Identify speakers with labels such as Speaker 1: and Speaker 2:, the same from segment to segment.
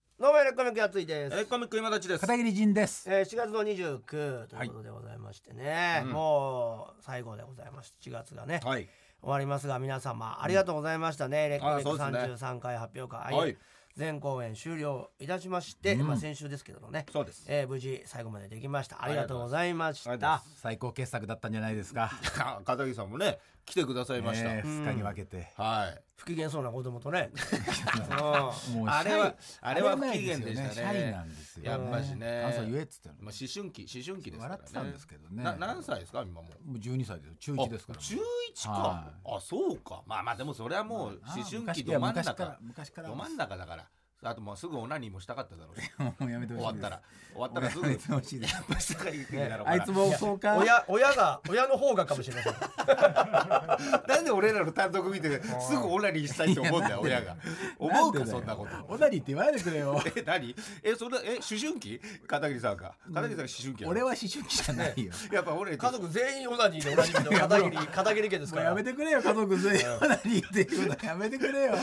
Speaker 1: もエレコミックやついです
Speaker 2: エレコミック今立ちです
Speaker 3: 片桐仁です
Speaker 1: えー、4月の29ということでございましてね、
Speaker 2: うん
Speaker 1: もう最後でございます4月がね、終
Speaker 2: はい
Speaker 1: わりますが皆様ありがとうございましたね、レコミ
Speaker 2: あそう
Speaker 1: ッ
Speaker 2: で
Speaker 1: ク
Speaker 2: す
Speaker 1: 33回発表会、
Speaker 2: はい
Speaker 1: 全公演終了いたしまして、
Speaker 3: うん
Speaker 1: まあ、先週ですけどもね、
Speaker 2: そうです
Speaker 1: えー無事最後までできましたありがとうございまし
Speaker 2: ありがと
Speaker 1: た
Speaker 2: うございます
Speaker 3: 最高傑作だったんじゃないですか
Speaker 2: あ片桐さんもね来てくださいました、
Speaker 3: えー二日に分けて
Speaker 2: はい
Speaker 1: 不機嫌そうな子供とねうん
Speaker 3: もうシャイ
Speaker 2: あれはあれは
Speaker 3: あれ
Speaker 2: 不
Speaker 3: はない
Speaker 2: 機
Speaker 3: で
Speaker 2: 嫌
Speaker 3: すよ
Speaker 2: でしたね
Speaker 3: シャイなんですよ
Speaker 2: やっぱしね
Speaker 3: 感想言えっつってんの
Speaker 2: まあ、思春期思春期ですからね
Speaker 3: 笑ってたんですけどね
Speaker 2: な何歳ですか今もう
Speaker 3: もう12歳ですよ中1ですから
Speaker 2: あ中一か、
Speaker 3: は
Speaker 2: あそうかまあまあでもそれはもう
Speaker 3: あー
Speaker 2: 思春期
Speaker 3: 昔
Speaker 2: ど真ん
Speaker 3: いや昔から
Speaker 2: 中
Speaker 3: 昔から
Speaker 2: ど真ん中だからあともうすぐオナニーもしたかっただろ うし
Speaker 3: もうやめて
Speaker 2: 終
Speaker 3: ほ
Speaker 2: わ
Speaker 3: しい
Speaker 2: っ
Speaker 3: です
Speaker 2: たら終わったらすぐ
Speaker 3: やめてほしいです
Speaker 2: やっぱすぐ言ってだろうか
Speaker 3: あ
Speaker 2: ら
Speaker 3: いつもそうか
Speaker 1: 親親が親の方がかもしれません
Speaker 2: なんで俺らの単独見 てすぐオナニーしたいと思うんだよ親が思うかそんなこ
Speaker 3: オ
Speaker 2: と
Speaker 3: ナニーって言わないでく れよ
Speaker 2: え何えそれえ思春期片桐さんが片桐さんが思春期なの
Speaker 3: 俺は思春期じゃないよ
Speaker 2: やっぱ俺
Speaker 1: 家族全員オナニーでオナニーの片桐片桐家です
Speaker 3: も
Speaker 1: か
Speaker 3: う
Speaker 1: ら
Speaker 3: やめてくれよ家族全員オナニーっていうのやめてくれよ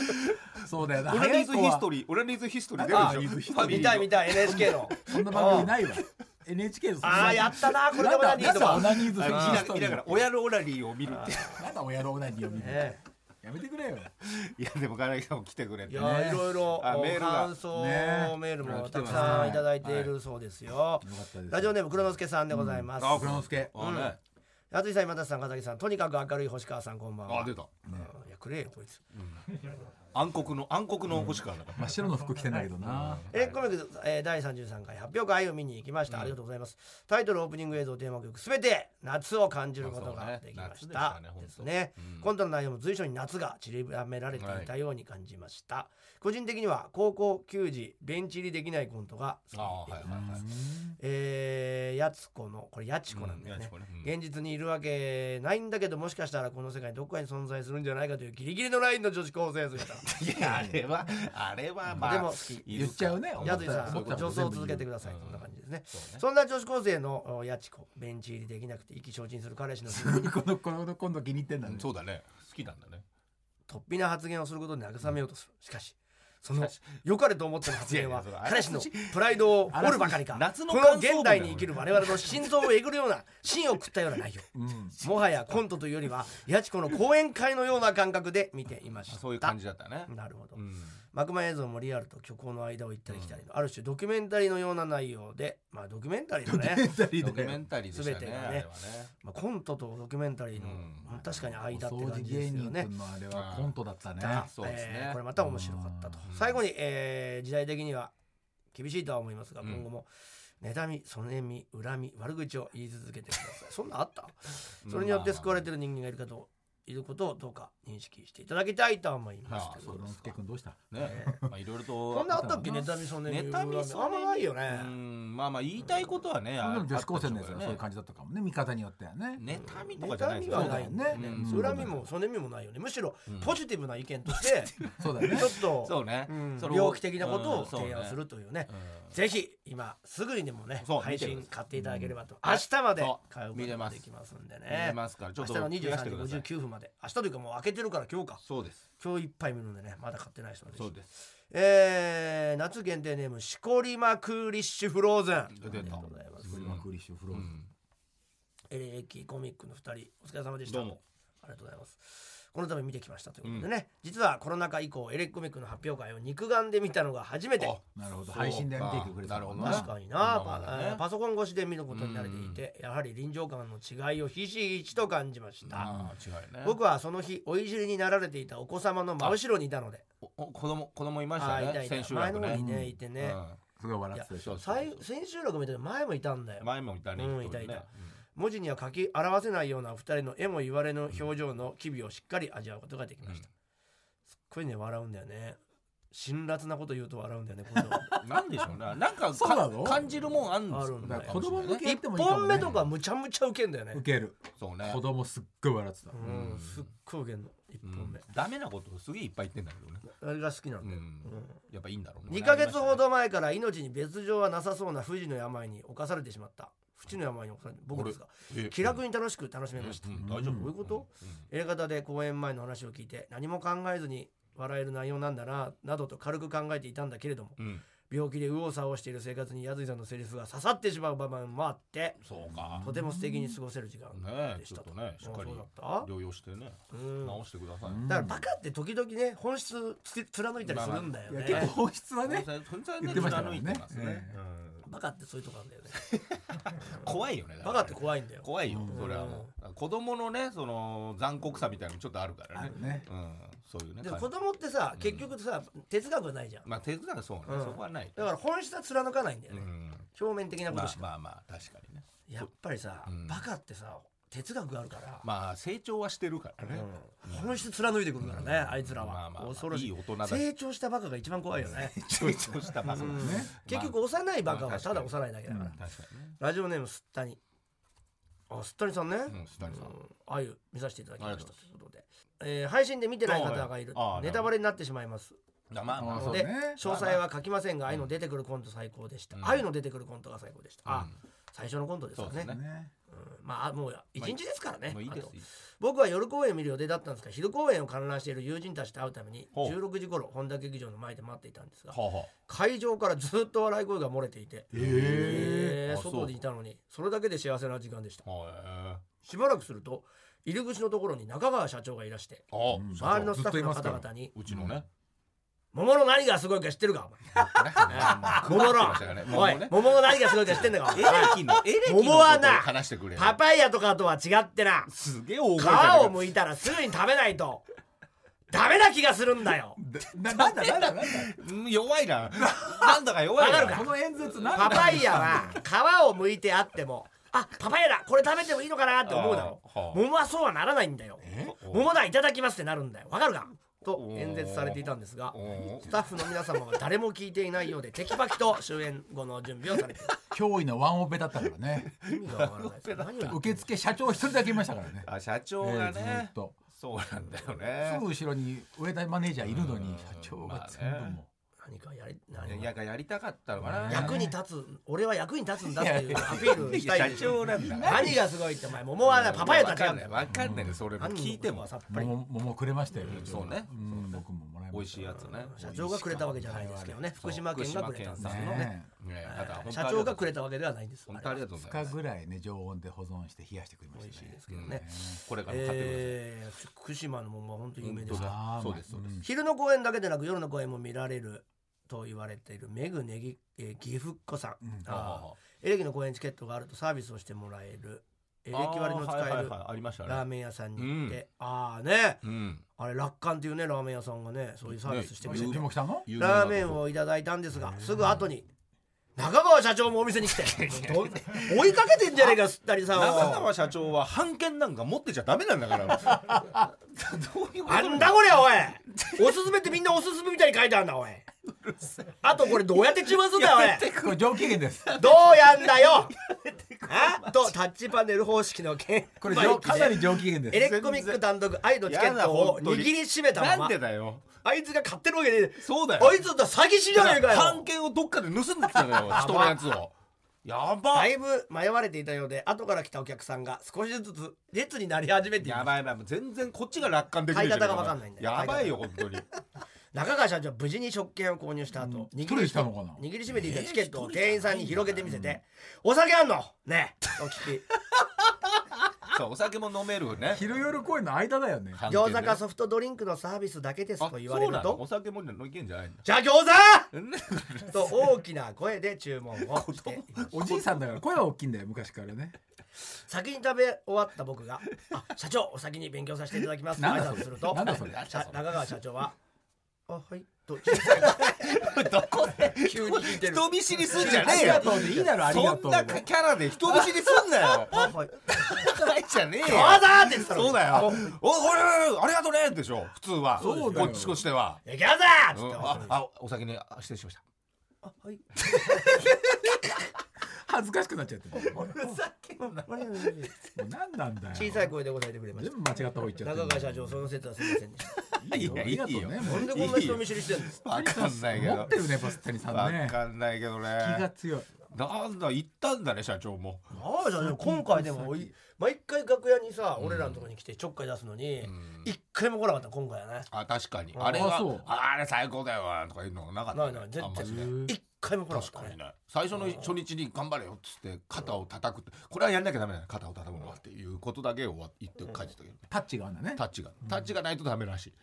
Speaker 3: そうだよな
Speaker 2: オナニーズ
Speaker 3: 早い
Speaker 2: ヒ
Speaker 3: 子は
Speaker 2: ストリーオナニーズヒストリー
Speaker 1: あ
Speaker 2: 出るでしょ
Speaker 1: あ見たい見たい NHK の
Speaker 3: そんな番組ないわ NHK のそんな
Speaker 1: ああやったなこれで
Speaker 3: な
Speaker 1: オ
Speaker 3: ん
Speaker 1: ナ
Speaker 3: だ
Speaker 1: ニー
Speaker 3: なん
Speaker 1: と
Speaker 3: だ
Speaker 1: か
Speaker 3: オナニーズ
Speaker 2: あ
Speaker 3: ヒ
Speaker 2: 見な
Speaker 3: ストリ
Speaker 2: 見ながら
Speaker 3: ー
Speaker 2: 親のオナニーを見るって
Speaker 3: なんだ親のオナニーを見る
Speaker 1: え
Speaker 3: やめてくれよ
Speaker 2: いやでも片桐さんも来てくれ
Speaker 1: え
Speaker 2: て
Speaker 1: いや
Speaker 3: ね
Speaker 1: いろいろ
Speaker 2: あメールが
Speaker 1: 感想
Speaker 3: ね
Speaker 1: メールも
Speaker 2: 来て
Speaker 1: た
Speaker 2: ま
Speaker 1: く
Speaker 2: すね
Speaker 1: さんいただいているそうですよ
Speaker 3: よかったです
Speaker 1: ラジオネーム黒之助さんでございます
Speaker 3: あ倉之助
Speaker 2: あね
Speaker 1: あついさん今田さん片桐さんとにかく明るい星川さんこんばんは
Speaker 2: あ出た
Speaker 1: うんいやくれよこいつ
Speaker 2: 暗黒の暗黒の星からだか
Speaker 3: 真っ白の服着てんだけどな
Speaker 1: エレコミック、えー、第33回発表会を見に行きました、ありがとうございますタイトルオープニング映像テーマ曲すべて夏を感じること
Speaker 2: まあそう
Speaker 1: が
Speaker 2: ね
Speaker 1: できまし
Speaker 2: 夏
Speaker 1: た
Speaker 2: でしたね
Speaker 1: ですね
Speaker 2: 本当うん
Speaker 1: コントの内容も随所に夏が散りばめられていたように感じました、個人的には高校球児ベンチ入りできないコントが好きで
Speaker 2: あはいはいはい
Speaker 1: えーやつこのこれやちこなんだよ
Speaker 2: うんや
Speaker 1: ね
Speaker 2: ちこねうん
Speaker 1: 現実にいるわけないんだけどもしかしたらこの世界どこかに存在するんじゃないかというギリギリのラインの女子高生で した
Speaker 2: いやあれはあれはまあ
Speaker 1: でも好き
Speaker 2: いる
Speaker 3: 言
Speaker 2: か
Speaker 3: っちゃうね
Speaker 1: やついさ
Speaker 3: 思
Speaker 1: ん、
Speaker 3: っ
Speaker 1: 女
Speaker 3: たこと
Speaker 1: 装
Speaker 3: 全
Speaker 1: を
Speaker 3: 部言
Speaker 1: 続
Speaker 3: う
Speaker 1: けてください。
Speaker 2: うん
Speaker 1: そんな感じですね。
Speaker 2: そうね
Speaker 1: そんな女子高生のおやちこ、ベンチ入りできなくて意気消沈する彼氏の
Speaker 3: このこの今度気に入ってんだ
Speaker 2: う
Speaker 3: ね
Speaker 2: んそうだね好きなんだね
Speaker 1: 突飛な発言をすることで慰めようとする。しかし、そ
Speaker 2: し
Speaker 1: の
Speaker 2: かし
Speaker 1: 良かれと思っての発言は彼氏のプライドを折るばかりか、
Speaker 2: 夏の
Speaker 1: こ
Speaker 2: 感
Speaker 1: の
Speaker 2: 想文だ
Speaker 1: 現代
Speaker 2: よ
Speaker 1: に生きる我々の心臓をえぐるような芯を食ったような内容。
Speaker 3: うん
Speaker 1: もはやコントというよりは、やちこの講演会のような感覚で見ていました。
Speaker 2: そういう感じだったね
Speaker 1: なるほど
Speaker 2: う。ん
Speaker 1: 幕前映像もリアルと虚構の間を行ったり来たりの、ある種ドキュメンタリーのような内容でまあドキュメンタリーのね
Speaker 2: ドキュメンタリーでした
Speaker 1: 全
Speaker 2: ね
Speaker 1: てがね
Speaker 2: あれはね
Speaker 1: まあ、コントとドキュメンタリーの、
Speaker 2: う
Speaker 1: 確かに間って
Speaker 3: お掃
Speaker 1: 感
Speaker 3: 除
Speaker 1: じで
Speaker 3: 芸
Speaker 1: すよ
Speaker 3: 人
Speaker 1: ね
Speaker 3: く。んのあれはコントだったね
Speaker 1: だ
Speaker 2: そうですね
Speaker 1: えーこれまた面白かったと。最後に、えー時代的には厳しいとは思いますが、
Speaker 2: うん
Speaker 1: 今後も妬み、そねみ、恨み、悪口を言い続けてください。そんなあったそれによって救われてる人間がいるかと、いることをどうか認識していただきたいと思います。
Speaker 2: ああ
Speaker 1: という
Speaker 3: そ
Speaker 1: こ
Speaker 3: う
Speaker 1: と
Speaker 3: 之
Speaker 1: です
Speaker 3: 助君どうした
Speaker 2: ねまあいろいろ と
Speaker 1: そんなあったっけ
Speaker 3: あ
Speaker 1: 妬み、そねみ、恨み。
Speaker 2: 妬み
Speaker 1: あんまないよ
Speaker 2: う
Speaker 1: ね。
Speaker 2: んまあまあ言いたいことはね
Speaker 3: そんなの女子高生の
Speaker 2: あ
Speaker 3: や
Speaker 2: った
Speaker 3: つは
Speaker 2: でしょ
Speaker 3: そういう感じだったかもね見方によってはね
Speaker 2: ね妬みとかじゃな
Speaker 1: 妬
Speaker 2: い
Speaker 1: み
Speaker 2: です
Speaker 1: は
Speaker 2: よ
Speaker 1: ないよね
Speaker 3: ね
Speaker 1: うん恨みもそねみもないよねむしろ
Speaker 2: うん
Speaker 1: ポジティブな意見として
Speaker 3: そうだよね
Speaker 1: ちょっと
Speaker 2: そうね
Speaker 1: ん
Speaker 2: それを
Speaker 1: 猟奇的なこと
Speaker 2: う
Speaker 1: を
Speaker 2: んそう
Speaker 1: 提
Speaker 2: ね
Speaker 1: 案するというね
Speaker 2: うん
Speaker 1: ぜひ今すぐにでもね
Speaker 2: そう
Speaker 1: 配
Speaker 2: 見て
Speaker 1: 信
Speaker 2: ください
Speaker 1: 買っていただければと明日まで
Speaker 2: そう
Speaker 1: 買うこ
Speaker 2: 見れ
Speaker 1: とが
Speaker 2: ます
Speaker 1: できますんで
Speaker 2: 見
Speaker 1: ね
Speaker 2: れますからち
Speaker 1: 明
Speaker 2: ょっ
Speaker 1: 日
Speaker 2: と
Speaker 1: の
Speaker 2: 増やしてくだ
Speaker 1: 23
Speaker 2: さい
Speaker 1: 時59分まで明日というかもう開けてるから今日か
Speaker 2: そうです
Speaker 1: 今日いっぱい見るんでねまだ買ってない人はぜひ
Speaker 2: そうです
Speaker 1: えー夏限定ネームしこりまくリッシュフローズンあり
Speaker 2: 出
Speaker 1: が
Speaker 2: て
Speaker 1: と
Speaker 2: んだ
Speaker 1: うございます
Speaker 3: これはクリッシュフロー
Speaker 2: う
Speaker 3: ズ
Speaker 2: ん
Speaker 1: エレキコミックの2人お疲れ様でした
Speaker 2: どうも
Speaker 1: ありがとうございますこの度見てきましたということでね、実はコロナ禍以降エレキコミックの発表会を肉眼で見たのが初めて
Speaker 2: あ
Speaker 3: なるほど
Speaker 2: そう
Speaker 3: 配信で見ていくくれた
Speaker 2: なるほどな
Speaker 1: 確かにな、
Speaker 2: 今までね
Speaker 1: パえーパソコン越しで見ることに慣れていて、やはり臨場感の違いをひしひしと感じました、
Speaker 2: あー違うよね
Speaker 1: 僕はその日おいじりになられていたお子様の真後ろにいたので
Speaker 2: おお子供子供いまし
Speaker 1: あ
Speaker 2: た
Speaker 1: ーいた
Speaker 2: ね
Speaker 1: いた
Speaker 2: 先週
Speaker 1: 前
Speaker 2: 楽
Speaker 1: の
Speaker 2: ね
Speaker 1: 方にねいてね、
Speaker 3: すごい笑
Speaker 1: い
Speaker 3: っ
Speaker 1: や
Speaker 3: てたでしょ
Speaker 1: 最先週録見たけど前もいたんだ
Speaker 2: う
Speaker 1: よ
Speaker 2: ん前もいたね
Speaker 1: うん
Speaker 2: 一人ね
Speaker 1: いたいた文字には書き表せないようなお二人の絵も言われぬ表情の機微をしっかり味わうことができました、すっごいね笑うんだよね辛辣なこと言うと笑うんだよね今度は
Speaker 2: うんなんでしょうねなんか
Speaker 3: そうな
Speaker 2: か
Speaker 3: の
Speaker 2: 感じるもんあるんで
Speaker 1: あ
Speaker 2: すよ
Speaker 1: るん
Speaker 3: だ
Speaker 1: だ
Speaker 3: から子供向けやっ
Speaker 1: 一
Speaker 3: てもいいかも
Speaker 1: 本
Speaker 3: ね
Speaker 1: 目とかむちゃむちゃウケんだよね
Speaker 3: 受ける
Speaker 2: そうね
Speaker 3: 子供すっごい笑ってた
Speaker 1: うんすっごいウケんの一
Speaker 2: う
Speaker 1: 本目
Speaker 2: ん、ダメなことすげえいっぱい言ってんだけどね
Speaker 1: あれが好きなん
Speaker 2: う
Speaker 1: だよ、
Speaker 2: んやっぱいいんだろうね
Speaker 1: 2ヶ月ほど前から命に別状はなさそうな不治の病に侵されてしまった不治の病に侵されて僕ですが
Speaker 2: え
Speaker 1: 気楽に楽しく楽しめました、
Speaker 2: うん
Speaker 1: ど
Speaker 2: 大丈夫
Speaker 1: ういうこと、映画館で公演前の話を聞いて何も考えずに笑える内容なんだななどと軽く考えていたんだけれども
Speaker 2: うん
Speaker 1: 微病気で右往左往している生活に矢井さんのセリフが刺さってしまう場面もあって
Speaker 2: そうか。
Speaker 1: とても素敵に過ごせる時間
Speaker 2: ね
Speaker 1: で
Speaker 2: え、
Speaker 1: し
Speaker 2: ちょ
Speaker 1: た
Speaker 2: っとね、しっかり
Speaker 1: あそうだった
Speaker 2: 療養してね、
Speaker 1: うん
Speaker 2: 直してください。
Speaker 1: だからバカって時々ね本質つ貫いたりするんだよ
Speaker 3: いや
Speaker 1: ね、
Speaker 3: 結構本質は
Speaker 2: 本
Speaker 3: ね
Speaker 2: 当に本当に
Speaker 3: 言
Speaker 2: ね
Speaker 3: ってましたから
Speaker 2: 貫
Speaker 3: ね
Speaker 2: いてますね
Speaker 3: ええ
Speaker 2: うん
Speaker 1: バカってそういうとこなんだよね
Speaker 2: 怖いよね。だか
Speaker 1: バ
Speaker 2: ら
Speaker 1: カって怖いんだよ
Speaker 2: 怖いよ、それはもう。子供のね、その残酷さみたいなのもちょっとあるから
Speaker 3: あ
Speaker 2: ね
Speaker 3: る。ね
Speaker 2: うん、そういうね。
Speaker 1: でも
Speaker 2: 感
Speaker 1: 子
Speaker 2: じ
Speaker 1: 供ってさ結局さ哲学がないじゃん
Speaker 2: まあ、手伝いそう
Speaker 1: う
Speaker 2: ね、
Speaker 1: ん
Speaker 2: そこはない。
Speaker 1: だから本質は貫かないんだよ
Speaker 2: う
Speaker 1: ね
Speaker 2: ん。
Speaker 1: 表面的なこ
Speaker 2: ま
Speaker 1: と
Speaker 2: あ
Speaker 1: しか
Speaker 2: まあまあ、確かにね。
Speaker 1: やっぱりさ
Speaker 2: うん
Speaker 1: バカってさ哲学があるから
Speaker 2: まあ、成長はしてるからね。
Speaker 1: 本質貫いてくるからねあいつら
Speaker 2: ま
Speaker 1: は
Speaker 2: あまあ
Speaker 1: 恐ろし
Speaker 2: いい大人だし
Speaker 1: 成長したバカが一番怖いよね
Speaker 2: 成長したまあそうですね。
Speaker 1: 結
Speaker 2: ま
Speaker 1: 局幼いバカはただ
Speaker 2: まあ確
Speaker 1: 幼いだけだから
Speaker 2: あ、確かにね。
Speaker 1: ラジオネームすったにあすったにさんね
Speaker 2: うん、下にさん。
Speaker 1: あゆ見させていただきました
Speaker 4: ありがと
Speaker 1: ということで、えー配信で見てない方がいる
Speaker 2: あはいあ
Speaker 1: ネタバレになってしまいます
Speaker 2: まあまあまあ、
Speaker 3: そ
Speaker 1: の
Speaker 3: う
Speaker 1: で、
Speaker 3: ね
Speaker 1: 詳細は書きませんが、あゆの出てくるコント最高でした
Speaker 2: うん
Speaker 1: あゆ、の出てくるコントが最高でした、あ
Speaker 2: う
Speaker 1: 最初のコントですか
Speaker 2: そう
Speaker 1: ね
Speaker 2: ですね
Speaker 3: ね
Speaker 1: うんまあもう一日ですからね、
Speaker 2: もういいです
Speaker 1: あと
Speaker 2: いいで
Speaker 1: 僕は夜公演を見る予定だったんですが昼公演を観覧している友人たちと会うために
Speaker 2: ほう
Speaker 1: 16時頃本田劇場の前で待っていたんですが
Speaker 2: ほうほ
Speaker 1: 会場からずっと笑い声が漏れていて、えー
Speaker 2: あそう
Speaker 1: 外にいたのにそれだけで幸せな時間でした
Speaker 2: うほうえ
Speaker 1: しばらくすると入り口のところに中川社長がいらして
Speaker 2: ーあ、
Speaker 3: うん
Speaker 2: 社長
Speaker 1: 周りのスタッフの方々に
Speaker 2: うちのね。
Speaker 1: 「桃の何がすごいか知ってるかお前
Speaker 2: も
Speaker 1: 桃
Speaker 2: ろ
Speaker 1: のおい桃の何がすごいか知ってんだか お前
Speaker 2: キのエレキのこ
Speaker 1: 桃
Speaker 2: とを
Speaker 1: はな
Speaker 2: 話してくれよ。
Speaker 1: パパイヤとかとは違ってな
Speaker 2: すげえ大声じゃ
Speaker 1: 皮
Speaker 2: ね
Speaker 1: を剥いたらすぐに食べないとダメな気がするんだよ
Speaker 3: ななんだなんだなんだ
Speaker 2: えかうん弱いな。なんだか弱いな。
Speaker 1: わかる
Speaker 3: この演説なんだ
Speaker 1: パパイヤは皮を剥いてあってもあパパイヤだこれ食べてもいいのかなって思うだろ
Speaker 2: あーはあ
Speaker 1: 桃はそうはならないんだよ桃だいただきますってなるんだよわかるかと
Speaker 2: おー
Speaker 1: 演説されていたんですが
Speaker 2: お
Speaker 1: スタッフの皆様は誰も聞いていないようでテキパキと終演後の準備をされている
Speaker 3: 脅威のワンオペだったからね
Speaker 1: 意味がわからないです何を言って
Speaker 3: 受付社長一人だけいましたからね
Speaker 2: あ、社長
Speaker 3: え
Speaker 2: が
Speaker 3: ーずー
Speaker 2: ね
Speaker 3: っ。と
Speaker 2: そうなんだよ
Speaker 3: す
Speaker 2: ね
Speaker 3: ぐ。後ろに上田マネージャーいるの
Speaker 2: うん
Speaker 3: に社長が全部も
Speaker 1: 何かやり何
Speaker 2: いやなんかやりたかったのか
Speaker 3: う
Speaker 2: な。
Speaker 3: ん
Speaker 1: 役に立つ俺は役に立つんだっていうアピールしたいんで
Speaker 2: 社
Speaker 1: すよ
Speaker 2: 長なんだ。
Speaker 1: 何がすごいってお前桃はなパパイヤとは
Speaker 2: わ
Speaker 1: 違
Speaker 2: か
Speaker 1: うん
Speaker 2: ん
Speaker 1: だ
Speaker 2: ない。
Speaker 1: よ
Speaker 2: わかんないねそれも
Speaker 1: 何
Speaker 2: 聞いても
Speaker 1: はさっぱり
Speaker 3: 桃桃くれましたよ
Speaker 2: うんそうね
Speaker 3: うん僕ももらい
Speaker 2: 美
Speaker 3: ま
Speaker 2: 味
Speaker 3: し
Speaker 2: しいやつね。
Speaker 1: 社長がくれたわけじゃないですけどね
Speaker 2: そう
Speaker 1: 福島県がくれたんです
Speaker 2: 福
Speaker 1: よ
Speaker 2: 島
Speaker 3: た
Speaker 2: 県
Speaker 1: ね
Speaker 3: ね
Speaker 2: ねえただ本当
Speaker 1: 社長がくれ
Speaker 2: た。
Speaker 1: たわけではないんです
Speaker 2: 本当ありがとうござい
Speaker 3: 2
Speaker 2: ま
Speaker 3: 日
Speaker 2: す。
Speaker 3: ぐらいね常温で保存して冷やしてくれま
Speaker 1: 美味
Speaker 3: し
Speaker 1: したい
Speaker 3: ね
Speaker 1: ですけどね、
Speaker 2: これからも買ってください。
Speaker 1: えー福島の桃は本当有名です
Speaker 2: 本当だ
Speaker 3: あー
Speaker 2: そうですそうです
Speaker 3: ん
Speaker 1: 昼の公演だけでなく夜の公演も見られると言われているメグネギ、えー、ギフッコさん、
Speaker 3: うん
Speaker 1: あーエレキの公演チケットがあるとサービスをしてもらえるエ
Speaker 2: エ
Speaker 1: レキ割りの使える
Speaker 2: ありました
Speaker 1: ラー
Speaker 2: ね。
Speaker 1: メン屋さんに行って、ああね
Speaker 2: うん。
Speaker 1: あれ楽観っていうねラーメン屋さんがねそういうサービスしてくれて
Speaker 3: でも来たの
Speaker 1: ラーメンをいただいたんですがすぐ後に中川社長もお店に来てどん追いかけてんじゃねえかすったりさん
Speaker 2: 中
Speaker 1: を
Speaker 2: 川社長は判券なんか持ってちゃダメなん だから。どういうこと
Speaker 1: あんだこれおいおすすめってみんなおすすめみたいに書いてあるんだおいあとこれどうやって注文すんだよおい
Speaker 3: これ上機嫌です
Speaker 1: どうやんだよあとタッチパネル方式の券
Speaker 3: これ
Speaker 1: 売機で
Speaker 3: かなり上機嫌です
Speaker 1: エレコミック単独愛のチケットを握りしめたま
Speaker 2: なん
Speaker 1: ま
Speaker 2: でだよ。
Speaker 1: あいつが買ってるわけで
Speaker 2: そうだよ。
Speaker 1: あいつだ詐欺師じゃねえかよ
Speaker 2: 判券をどっかで盗んできたのよ。人のやつを。やば
Speaker 1: だ。いぶ迷われていたようで後から来たお客さんが少しずつ列になり始めていま
Speaker 2: や
Speaker 1: す
Speaker 2: ばいやばい。全然こっちが楽観でき
Speaker 1: 買い方がわかんないんだよ
Speaker 2: やばいよ本当に。
Speaker 1: 中川社長は無事に食券を購入した後、
Speaker 3: うん
Speaker 1: 握
Speaker 3: 一人で
Speaker 1: り
Speaker 3: 来たのかな
Speaker 1: 握りしめていたチケットを店員さんに広げてみせて「お酒あんのねえ」と聞き
Speaker 2: そうお酒も飲めるね。
Speaker 3: 昼夜公演の間だよね
Speaker 1: 「餃子かソフトドリンクのサービスだけです」
Speaker 2: あ
Speaker 1: と言われる
Speaker 2: そうなのお
Speaker 1: と
Speaker 2: 酒も飲けんじゃないん
Speaker 1: 「
Speaker 2: だ
Speaker 1: じゃあ餃子!」 と大きな声で注 文をしていました
Speaker 3: おじいさんだから声は大きいんだよ昔からね
Speaker 1: 先に食べ終わった僕が「あ社長お先に勉強させていただきます」と
Speaker 3: なん
Speaker 1: 挨
Speaker 3: だそ
Speaker 1: 拶
Speaker 3: れ
Speaker 1: すると
Speaker 3: なんだそれ
Speaker 1: 社中川社長は「あはい」 と
Speaker 2: どこで
Speaker 1: 急に聞いてる
Speaker 2: 人見知りすんじゃね
Speaker 3: あ
Speaker 2: え
Speaker 3: りが
Speaker 2: よ。
Speaker 3: とうでいいだろありがと
Speaker 2: そ
Speaker 3: うん
Speaker 2: なキャラで人見知りすんな よ。
Speaker 1: あはい
Speaker 2: ないじゃねえよ。
Speaker 1: 餃子!」って言ってたの
Speaker 2: そうだよ。お、おいおいおいありがとうねでしょ。普通は。
Speaker 3: そうだよ
Speaker 2: こっちとしては。
Speaker 1: いや餃
Speaker 2: う
Speaker 1: 子!」
Speaker 2: ん
Speaker 1: って言って
Speaker 2: あ
Speaker 1: まし、た
Speaker 2: あお先にあ失礼しました。
Speaker 1: あはい
Speaker 3: 恥ずかしくなっちゃってるもう何なんだよ
Speaker 1: 小さい声で答えてくれまし
Speaker 3: 全
Speaker 1: た
Speaker 3: 部間違った方言っちゃって
Speaker 1: 中川社長その説はすみませんでした
Speaker 3: いいよありがとう
Speaker 2: いいよ
Speaker 3: ね
Speaker 1: な
Speaker 3: も
Speaker 1: ん
Speaker 3: う
Speaker 1: でこんな人見知りしてんの
Speaker 2: わかんないけ
Speaker 3: 持
Speaker 2: ど
Speaker 3: っ。てるねやっぱスッタニさん
Speaker 2: わ
Speaker 3: ね
Speaker 2: かんないけど
Speaker 3: 気が
Speaker 2: ね。
Speaker 3: 強い
Speaker 2: なんだ行ったんだね社長も、
Speaker 1: ああじゃあでも今回でもおい毎回楽屋にさ俺らのとこに来てちょっかい出すのに
Speaker 2: うん
Speaker 1: 一回も来なかった今回はね
Speaker 2: あ確かに
Speaker 1: あ
Speaker 2: あれは
Speaker 3: あそう
Speaker 2: ああれ最高だよとか言うのなかった
Speaker 1: ないない絶
Speaker 2: あんま
Speaker 1: 対
Speaker 2: りね
Speaker 1: 一回も来なかっ
Speaker 2: 確
Speaker 1: た
Speaker 2: かに
Speaker 1: ね
Speaker 2: ね最初の初日に頑張れよっつって肩を叩くってこれはやんなきゃダメだよ肩を叩くのはっていうことだけをわ言って書いてたけどね
Speaker 3: タッチがあるんだね
Speaker 2: タッチがタッチがないとダメらしい、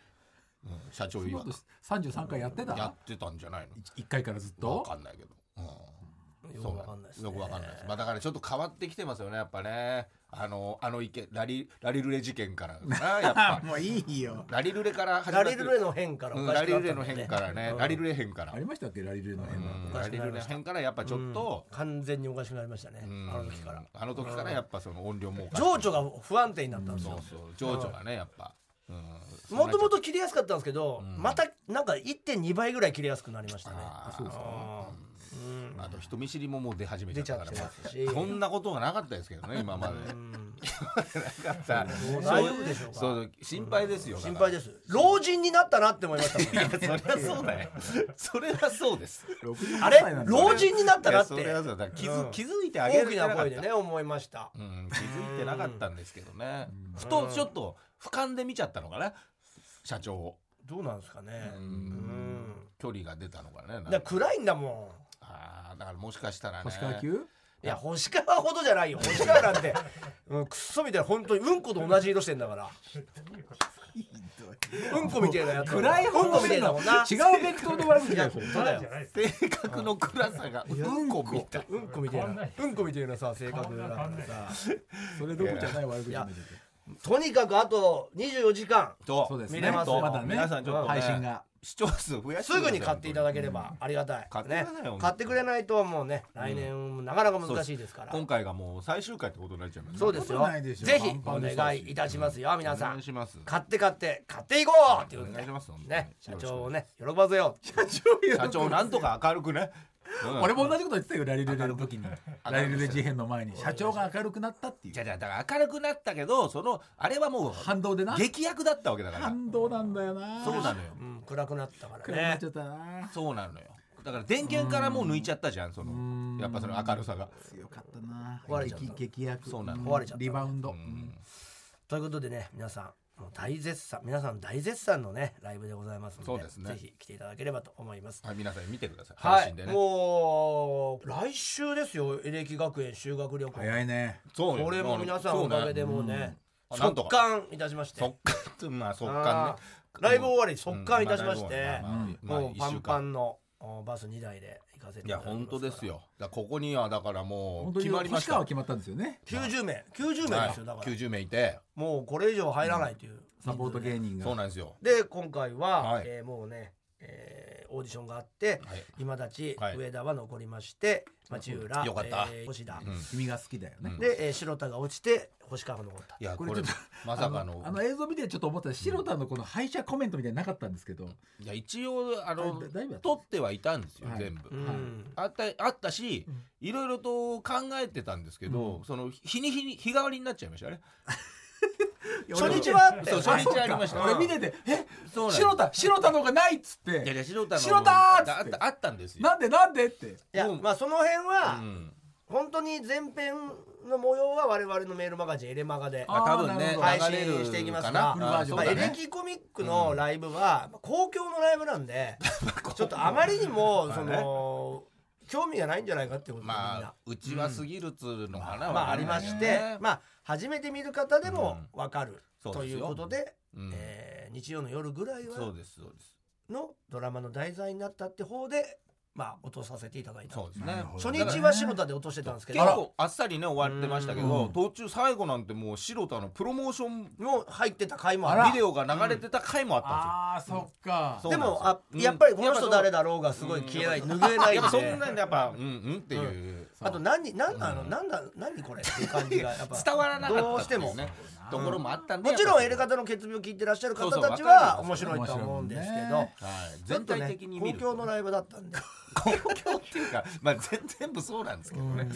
Speaker 2: うん、社長
Speaker 3: そんな
Speaker 2: 曰
Speaker 3: こ
Speaker 2: く
Speaker 3: と33回やって
Speaker 2: や
Speaker 3: た
Speaker 2: ってたんじゃないの
Speaker 3: 一回からずっ
Speaker 2: わ
Speaker 3: と
Speaker 2: かんないけど、うん、
Speaker 1: よくわかんないです
Speaker 2: よ
Speaker 1: ね
Speaker 2: くわかんないです、まあ、だからちょっと変わってきてますよねやっぱねあのあの意見ラリラリルレ事件からか なやっぱ
Speaker 3: もういいよ
Speaker 2: ラリルレから始ま
Speaker 1: ラ
Speaker 2: って
Speaker 1: リルレの変から
Speaker 2: う
Speaker 1: お
Speaker 2: ん
Speaker 1: か
Speaker 2: ラ
Speaker 1: しく
Speaker 2: リ
Speaker 1: な
Speaker 2: ル
Speaker 1: っ
Speaker 2: レ
Speaker 1: たん
Speaker 2: の
Speaker 1: だよね
Speaker 2: 変からね、
Speaker 1: うん
Speaker 2: ラリルレ変から、
Speaker 3: ありましたっけラリルの変な
Speaker 2: うん
Speaker 1: おか
Speaker 2: ラ
Speaker 1: しく
Speaker 2: リ
Speaker 1: な
Speaker 2: ル
Speaker 1: りま
Speaker 2: レの
Speaker 1: した
Speaker 2: 変からやっぱちょっと、
Speaker 1: 完全におかしくなりましたね
Speaker 2: うん
Speaker 1: あの時から
Speaker 2: あの時からやっぱその音量もおかしい
Speaker 1: 情緒が不安定になったんです
Speaker 2: そう
Speaker 1: よ
Speaker 2: そう情緒がねやっぱ
Speaker 1: もとも
Speaker 2: と
Speaker 1: と切れやすかったんですけど
Speaker 2: うん
Speaker 1: またなんか1.2倍ぐらい切れやすくなりましたね
Speaker 2: あ
Speaker 3: そうですか
Speaker 1: あーうん
Speaker 2: あと人見知りももう出始めち
Speaker 1: 出
Speaker 2: ゃっ
Speaker 1: ちゃ
Speaker 2: たか
Speaker 1: っ
Speaker 2: ら
Speaker 1: てますし
Speaker 2: こんなことがなかったですけどね今まで
Speaker 1: うん
Speaker 2: さ
Speaker 1: 大丈夫でしょうか
Speaker 2: そう心配ですよ
Speaker 1: 心配です老人になったなって思いま したもん
Speaker 2: すそりゃそうだよそれはそうです
Speaker 1: あ
Speaker 3: あ
Speaker 1: れ老人になった
Speaker 2: い
Speaker 1: な
Speaker 2: や
Speaker 1: っ
Speaker 2: そ
Speaker 1: て
Speaker 2: れはそうだから気
Speaker 1: う
Speaker 2: づ
Speaker 1: ん
Speaker 2: 気づいてあげ
Speaker 1: 大
Speaker 2: る
Speaker 1: きな声でね思いました
Speaker 2: うん気づいてなかったんですけどねふとちょっと俯瞰で見ちゃったのかな社長を
Speaker 1: どうなんですかね
Speaker 2: う
Speaker 1: うんん
Speaker 2: 距離が出たのかねなん
Speaker 1: だ
Speaker 2: か
Speaker 1: から暗いんだも
Speaker 2: あーだからもしかしたらね
Speaker 3: 星川級
Speaker 1: んいや星川ほどじゃないよ星川なんて、 うん、クソみたいな本当にうんこと同じ色してんだからうんこみたいなやつ
Speaker 3: 暗い
Speaker 1: うん
Speaker 3: 方
Speaker 1: こみたい
Speaker 3: 面
Speaker 1: だ
Speaker 3: の
Speaker 1: もんな
Speaker 3: 違うベクトルの悪口だよそれ
Speaker 1: そうだよ
Speaker 2: 性格の暗さがうんこみたい
Speaker 1: うんこみたいなうんこみたいなさ性格だからさ
Speaker 3: それどこじゃない悪口
Speaker 1: いや
Speaker 3: なんだけど
Speaker 1: とにかくあと24時間
Speaker 2: と
Speaker 3: そうです
Speaker 1: ね
Speaker 2: 見れますよ
Speaker 1: ま
Speaker 3: だね
Speaker 2: 皆さんちょっと、ね、
Speaker 3: 配信が
Speaker 2: 視聴数増やして
Speaker 1: すぐに買っていただ
Speaker 2: き
Speaker 1: ければありがたい、
Speaker 2: 買ってくれ
Speaker 1: ね
Speaker 2: ないよ本当に
Speaker 1: 買ってくれないともうね来年なかなか難しいですから、
Speaker 2: 今回がもう最終回ってことになっちゃいますね
Speaker 1: そうです
Speaker 3: そん
Speaker 1: よ
Speaker 3: なことないでしょ
Speaker 1: ぜひお
Speaker 3: パンパンで
Speaker 1: 願いいたしますよ皆さ
Speaker 2: お願い
Speaker 1: ん
Speaker 2: します
Speaker 1: 買って買って買っていこうっていうこと
Speaker 2: お願い
Speaker 1: で
Speaker 2: します本当に
Speaker 1: ね社長をね喜ばせよう
Speaker 2: 社長なんとか明るくね、うん
Speaker 3: 俺も同じこと言ってたよラリルレの時にラリルレ事変の前に社長が明るくなったってい
Speaker 2: じゃ
Speaker 3: う
Speaker 2: じゃだから明るくなったけどそのあれはもう
Speaker 3: 反動でな
Speaker 2: 劇薬だったわけだから
Speaker 3: 反動なんだよな
Speaker 2: そうなのよ
Speaker 1: うん、暗くなったか
Speaker 3: 暗くな
Speaker 1: ら
Speaker 3: っ
Speaker 1: ね
Speaker 3: ちゃったな
Speaker 2: そうなのよだから電源からもう抜いちゃったじゃんそのやっぱその明るさが
Speaker 3: 強かったな
Speaker 1: 壊れちゃった
Speaker 3: 激激薬
Speaker 2: そうなの
Speaker 1: 壊れちゃった
Speaker 3: リバウンド
Speaker 2: う
Speaker 3: うん
Speaker 2: ん
Speaker 1: ということでね皆さんもう大絶賛皆さん大絶賛のねライブでございますので
Speaker 2: そうですね
Speaker 1: ぜひ来ていただければと思います
Speaker 2: はい皆さん見てください
Speaker 1: は
Speaker 2: 配
Speaker 1: い、
Speaker 2: 信でね、
Speaker 1: もう来週ですよエレキ学園修学旅行
Speaker 3: 早いね
Speaker 2: そうよ
Speaker 1: これも皆さんおかげでもうね
Speaker 2: そうねうんあなんと
Speaker 1: 速
Speaker 2: か
Speaker 1: 乾いたしまして
Speaker 2: 速乾ってまあ速乾ね
Speaker 1: あーライブ終わり速乾いたしまし
Speaker 2: うん
Speaker 1: て、
Speaker 2: まあまあ
Speaker 1: もうパン
Speaker 2: まあ
Speaker 1: パンのおバス2台で行かせて
Speaker 2: い
Speaker 1: いた
Speaker 2: や
Speaker 1: だきます
Speaker 2: 本当ですよだからここにはだからも
Speaker 3: 本
Speaker 2: う
Speaker 3: 当
Speaker 2: 決
Speaker 3: に
Speaker 2: まりま
Speaker 3: 星
Speaker 2: した
Speaker 3: 川は決まったんですよね
Speaker 1: 90名90名ですよだ
Speaker 2: は
Speaker 1: か
Speaker 2: い
Speaker 1: ら
Speaker 2: 90名いて
Speaker 1: もうこれ以上入らないという
Speaker 3: サポート芸人
Speaker 2: そうな
Speaker 3: が
Speaker 2: んですよ
Speaker 1: で今回は、
Speaker 2: はい
Speaker 1: えーもうね、えーオーディションがあって、
Speaker 2: はい
Speaker 1: 今たち、
Speaker 2: はい
Speaker 1: 上田は残りまして町浦
Speaker 2: よかった
Speaker 1: えー星田、
Speaker 2: うん
Speaker 3: 君が好きだよね
Speaker 1: で、えー白田が落ちて星川が残った
Speaker 2: いやこ
Speaker 3: こ
Speaker 2: れ
Speaker 3: れちょっと
Speaker 2: まさかの
Speaker 3: あの映像見てちょっと思ったら白田のこの敗者コメントみたいなのなかったんですけど
Speaker 2: いや一応あの
Speaker 3: だだいぶやった
Speaker 2: 取ってはいたんですよ
Speaker 3: はい
Speaker 2: 全部
Speaker 1: うん、
Speaker 3: はい
Speaker 2: あったあったし
Speaker 3: うん
Speaker 2: いろいろと考えてたんですけ
Speaker 3: う
Speaker 2: どその日に日に日替わりになっちゃいましたね
Speaker 1: 初日
Speaker 3: 俺
Speaker 1: はあった
Speaker 2: そ
Speaker 1: よ
Speaker 2: う
Speaker 1: ね
Speaker 2: 初
Speaker 3: そう
Speaker 2: 日
Speaker 3: か
Speaker 2: ありました
Speaker 3: 俺見ててえ
Speaker 2: そうなんです
Speaker 3: 白田白田の方がないっつっ
Speaker 2: いやい
Speaker 3: て
Speaker 2: や白田の
Speaker 3: 白田ーっつ
Speaker 2: あ
Speaker 3: っ
Speaker 2: ってたあったんですよ
Speaker 3: なんでなんでって
Speaker 1: いや
Speaker 2: もう
Speaker 1: まあその辺は、
Speaker 2: うん
Speaker 1: 本当に前編の模様は我々のメールマガジンエレマガで
Speaker 3: あ
Speaker 2: まあ多分
Speaker 3: な
Speaker 2: ね
Speaker 3: るほど
Speaker 1: 配
Speaker 2: 流れ
Speaker 1: 信
Speaker 2: る
Speaker 1: していきます
Speaker 2: か
Speaker 1: が、
Speaker 2: な
Speaker 3: フルバー
Speaker 2: あ
Speaker 3: ジョ
Speaker 2: そう
Speaker 3: ン
Speaker 1: まあ、
Speaker 2: だ
Speaker 1: エ
Speaker 2: ね
Speaker 1: レキコミックのライブは、まあ公共のライブなん でちょっとあまりにもその興味がないんじゃないかってことでみん
Speaker 2: ま
Speaker 1: な
Speaker 2: あ。うちは過ぎるっつうのかな
Speaker 1: まあありまして、
Speaker 2: まあ
Speaker 1: まあ初めて見る方でもわかる、
Speaker 2: うん
Speaker 1: ということで
Speaker 2: うん
Speaker 1: えー日曜の夜ぐらいは
Speaker 2: そうですそうです
Speaker 1: のドラマの題材になったって方でまあ落とさせていただいた
Speaker 2: そうですね
Speaker 1: 初日は白田で落としてたんですけ
Speaker 2: 結
Speaker 1: ど
Speaker 2: 構あっさりね終わってましたけど
Speaker 3: うん
Speaker 2: 途中最後なんてもう白田のプロモーション
Speaker 1: の入ってた回も
Speaker 3: あ
Speaker 1: あ
Speaker 3: ら
Speaker 1: る
Speaker 2: ビデオが流れてた回もあった
Speaker 3: あーそっか
Speaker 2: そう
Speaker 1: で
Speaker 2: なんです
Speaker 1: も
Speaker 2: よ
Speaker 1: あ
Speaker 2: うん
Speaker 1: やっぱりこの人
Speaker 2: やっぱそう
Speaker 1: 誰だろうがすごい消えない
Speaker 2: うん
Speaker 1: 拭えない
Speaker 2: んですよやっぱそん
Speaker 1: んで
Speaker 2: なんでやっぱうんうんっていう
Speaker 1: あと何何なの何だ何これっていう感じがやっ ぱ
Speaker 2: 伝わらなかった
Speaker 1: どうしても
Speaker 2: っていうねところもあったんで
Speaker 1: もちろん
Speaker 2: や
Speaker 1: L
Speaker 2: っぱ
Speaker 1: 型の血病聞いてらっしゃる方
Speaker 2: そうそう
Speaker 1: たち
Speaker 2: わか
Speaker 1: は
Speaker 2: るん
Speaker 1: 面
Speaker 2: ですよ
Speaker 1: 白いと思うんですけ
Speaker 3: 面白いもん
Speaker 1: ど
Speaker 3: ね
Speaker 2: はい
Speaker 1: ちょっ
Speaker 2: 全
Speaker 1: とね
Speaker 2: 体的に見る
Speaker 1: 公共
Speaker 2: と
Speaker 1: のライブだったんで
Speaker 2: 公共っていうかまあ全全部そうなんですけどね、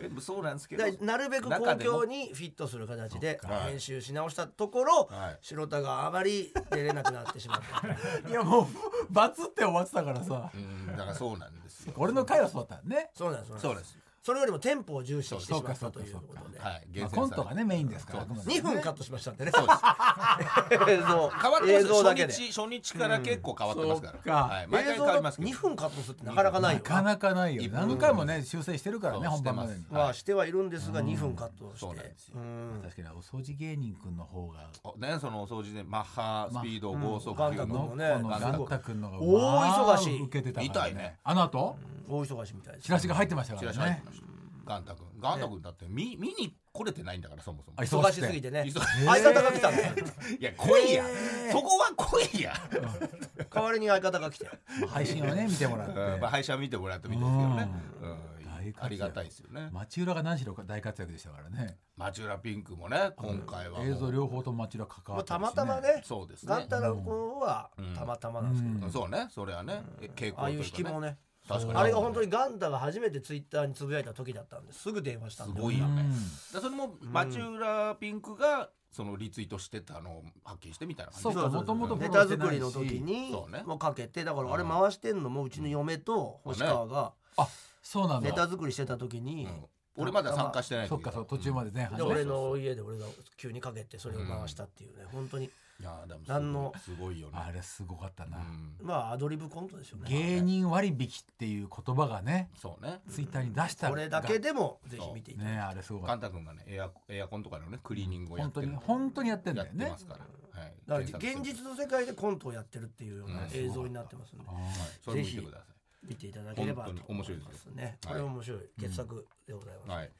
Speaker 2: 全部そうなんですけど
Speaker 1: だ からなるべく公共にフィットする形で編集し直したところ、
Speaker 2: はい
Speaker 1: 白田があまり出れなくなってしま った。
Speaker 3: いやもうバツって終わってたからさ
Speaker 2: うんだからそうなんですよ
Speaker 3: 俺の回はそうだったね
Speaker 1: そうなんです。
Speaker 2: そうです
Speaker 1: それよりもテンポを重視してしま
Speaker 3: そ
Speaker 1: っ
Speaker 3: う
Speaker 1: たと
Speaker 3: か
Speaker 1: いう
Speaker 3: そ
Speaker 1: こ
Speaker 3: うか
Speaker 1: とで。
Speaker 2: はい
Speaker 3: まあ
Speaker 2: 厳選された
Speaker 3: コントがねメインですからあくまで
Speaker 1: 2分カットしましたんでね。
Speaker 2: そうで す
Speaker 1: 映像
Speaker 2: 変わってま
Speaker 1: 映
Speaker 2: す
Speaker 1: 像
Speaker 2: よ
Speaker 1: だ
Speaker 2: 初
Speaker 1: けで。
Speaker 2: 日初日から結構変わってますか
Speaker 3: うんそ
Speaker 2: ら、
Speaker 3: うか
Speaker 2: はい、毎回変わりますけど
Speaker 1: 2分カットするってなかなかない
Speaker 3: な
Speaker 1: よ。
Speaker 3: かなかないよ
Speaker 2: 一本
Speaker 3: 何回もね修正してるからね
Speaker 2: そう
Speaker 3: 本番までに
Speaker 2: してま
Speaker 1: まあしてはいるんですが2分カットを
Speaker 2: そう
Speaker 1: して
Speaker 2: なんです。よ
Speaker 1: うん
Speaker 3: 確かにお掃除芸人くんの方が
Speaker 2: おねそのお掃除でマッハスピード剛速
Speaker 1: ガン
Speaker 2: 球
Speaker 1: ダム
Speaker 2: の
Speaker 1: も
Speaker 3: ノ
Speaker 1: ね
Speaker 3: ッコの
Speaker 2: ガンタ
Speaker 3: ガンタくんのが
Speaker 1: 大忙しい
Speaker 3: まあ受けてたから
Speaker 2: 痛いね
Speaker 3: あの後
Speaker 1: 大忙しみたいです
Speaker 3: チ。ラシが入ってましたか
Speaker 2: チ
Speaker 3: ら
Speaker 2: ラシ入って
Speaker 3: ね
Speaker 2: ましたガンタ君ガンタ君だって見見に来れてないんだからそもそも
Speaker 3: あ
Speaker 1: 忙しすぎてね
Speaker 2: 忙。
Speaker 1: 相方が来たんですよ。
Speaker 2: いや来いやそこは来いや
Speaker 1: 代わりに相方が来て。
Speaker 3: 配信をね見てもら っ
Speaker 2: うん
Speaker 3: て
Speaker 2: まあ配信は見てもらってもいいですけどねうん
Speaker 3: 大活躍
Speaker 2: ありがたいですよね
Speaker 3: 町浦が何しろ大活躍でしたからね
Speaker 2: 町浦ピンクもね今回はもう
Speaker 3: 映像両方とも町浦関
Speaker 1: ま
Speaker 3: わ
Speaker 1: あ
Speaker 3: ってる
Speaker 1: たま
Speaker 3: し
Speaker 1: たまね。
Speaker 2: そうですね
Speaker 1: ガンタラの方はたまたまなんですけど。
Speaker 2: うんそうねそれはね傾向
Speaker 1: ああいう引
Speaker 2: とい
Speaker 1: き
Speaker 2: うか
Speaker 1: も
Speaker 2: ね
Speaker 1: ね。
Speaker 2: 確かに
Speaker 1: あれが本当にガンダが初めてツイッターにつぶやいた時だったんですぐ電話した
Speaker 2: す
Speaker 1: んで
Speaker 2: ごいよ
Speaker 3: う
Speaker 2: ねだ
Speaker 3: ん
Speaker 2: からそれも町浦ピンクがそのリツイートしてたのを発見してみたいな感じ
Speaker 3: そうかもともと
Speaker 1: ネタ作りの時に
Speaker 2: そうね
Speaker 1: もうかけてだからあれ回してんのもうちの嫁と星川が
Speaker 3: そうなん
Speaker 1: ネ
Speaker 3: だ
Speaker 1: タ作りしてた時に
Speaker 2: うん俺まだ参加してない
Speaker 3: そっかそう途中までね
Speaker 1: で
Speaker 3: 話
Speaker 1: 俺の家で俺が急にかけてそれを回したっていうね本当に
Speaker 2: いやーでもすごい
Speaker 1: 何の
Speaker 2: すごいよね
Speaker 3: あれすごかった
Speaker 2: う
Speaker 3: なん
Speaker 1: まあアドリブコントですよね
Speaker 3: 芸人割引っていう言葉がね
Speaker 2: そうね
Speaker 3: ツイッターに出した
Speaker 1: これだけでもぜひ見ていただき
Speaker 3: ねあれすごか
Speaker 2: カ
Speaker 3: っ
Speaker 2: ンタ君がねエアエアコンとかのねクリーニングを
Speaker 3: た
Speaker 2: やっ
Speaker 3: 本
Speaker 2: て
Speaker 3: 当
Speaker 2: る
Speaker 3: に本当にやってん
Speaker 2: やっ
Speaker 3: だよ
Speaker 2: て
Speaker 3: ね
Speaker 2: ますからはい
Speaker 1: たいだ
Speaker 2: 検
Speaker 1: から
Speaker 2: 索する
Speaker 1: 現実の世界でコントをやってるっていうような
Speaker 2: うん
Speaker 1: 映像になってますんで
Speaker 3: あ
Speaker 2: それも見てくださ
Speaker 1: 見ていただければと
Speaker 2: 本当に面
Speaker 1: 思
Speaker 2: 白い
Speaker 1: い
Speaker 2: ですよ
Speaker 1: ますね
Speaker 2: は
Speaker 1: こ
Speaker 2: い
Speaker 1: れ面白い傑作でござい
Speaker 2: い
Speaker 1: ます
Speaker 2: はい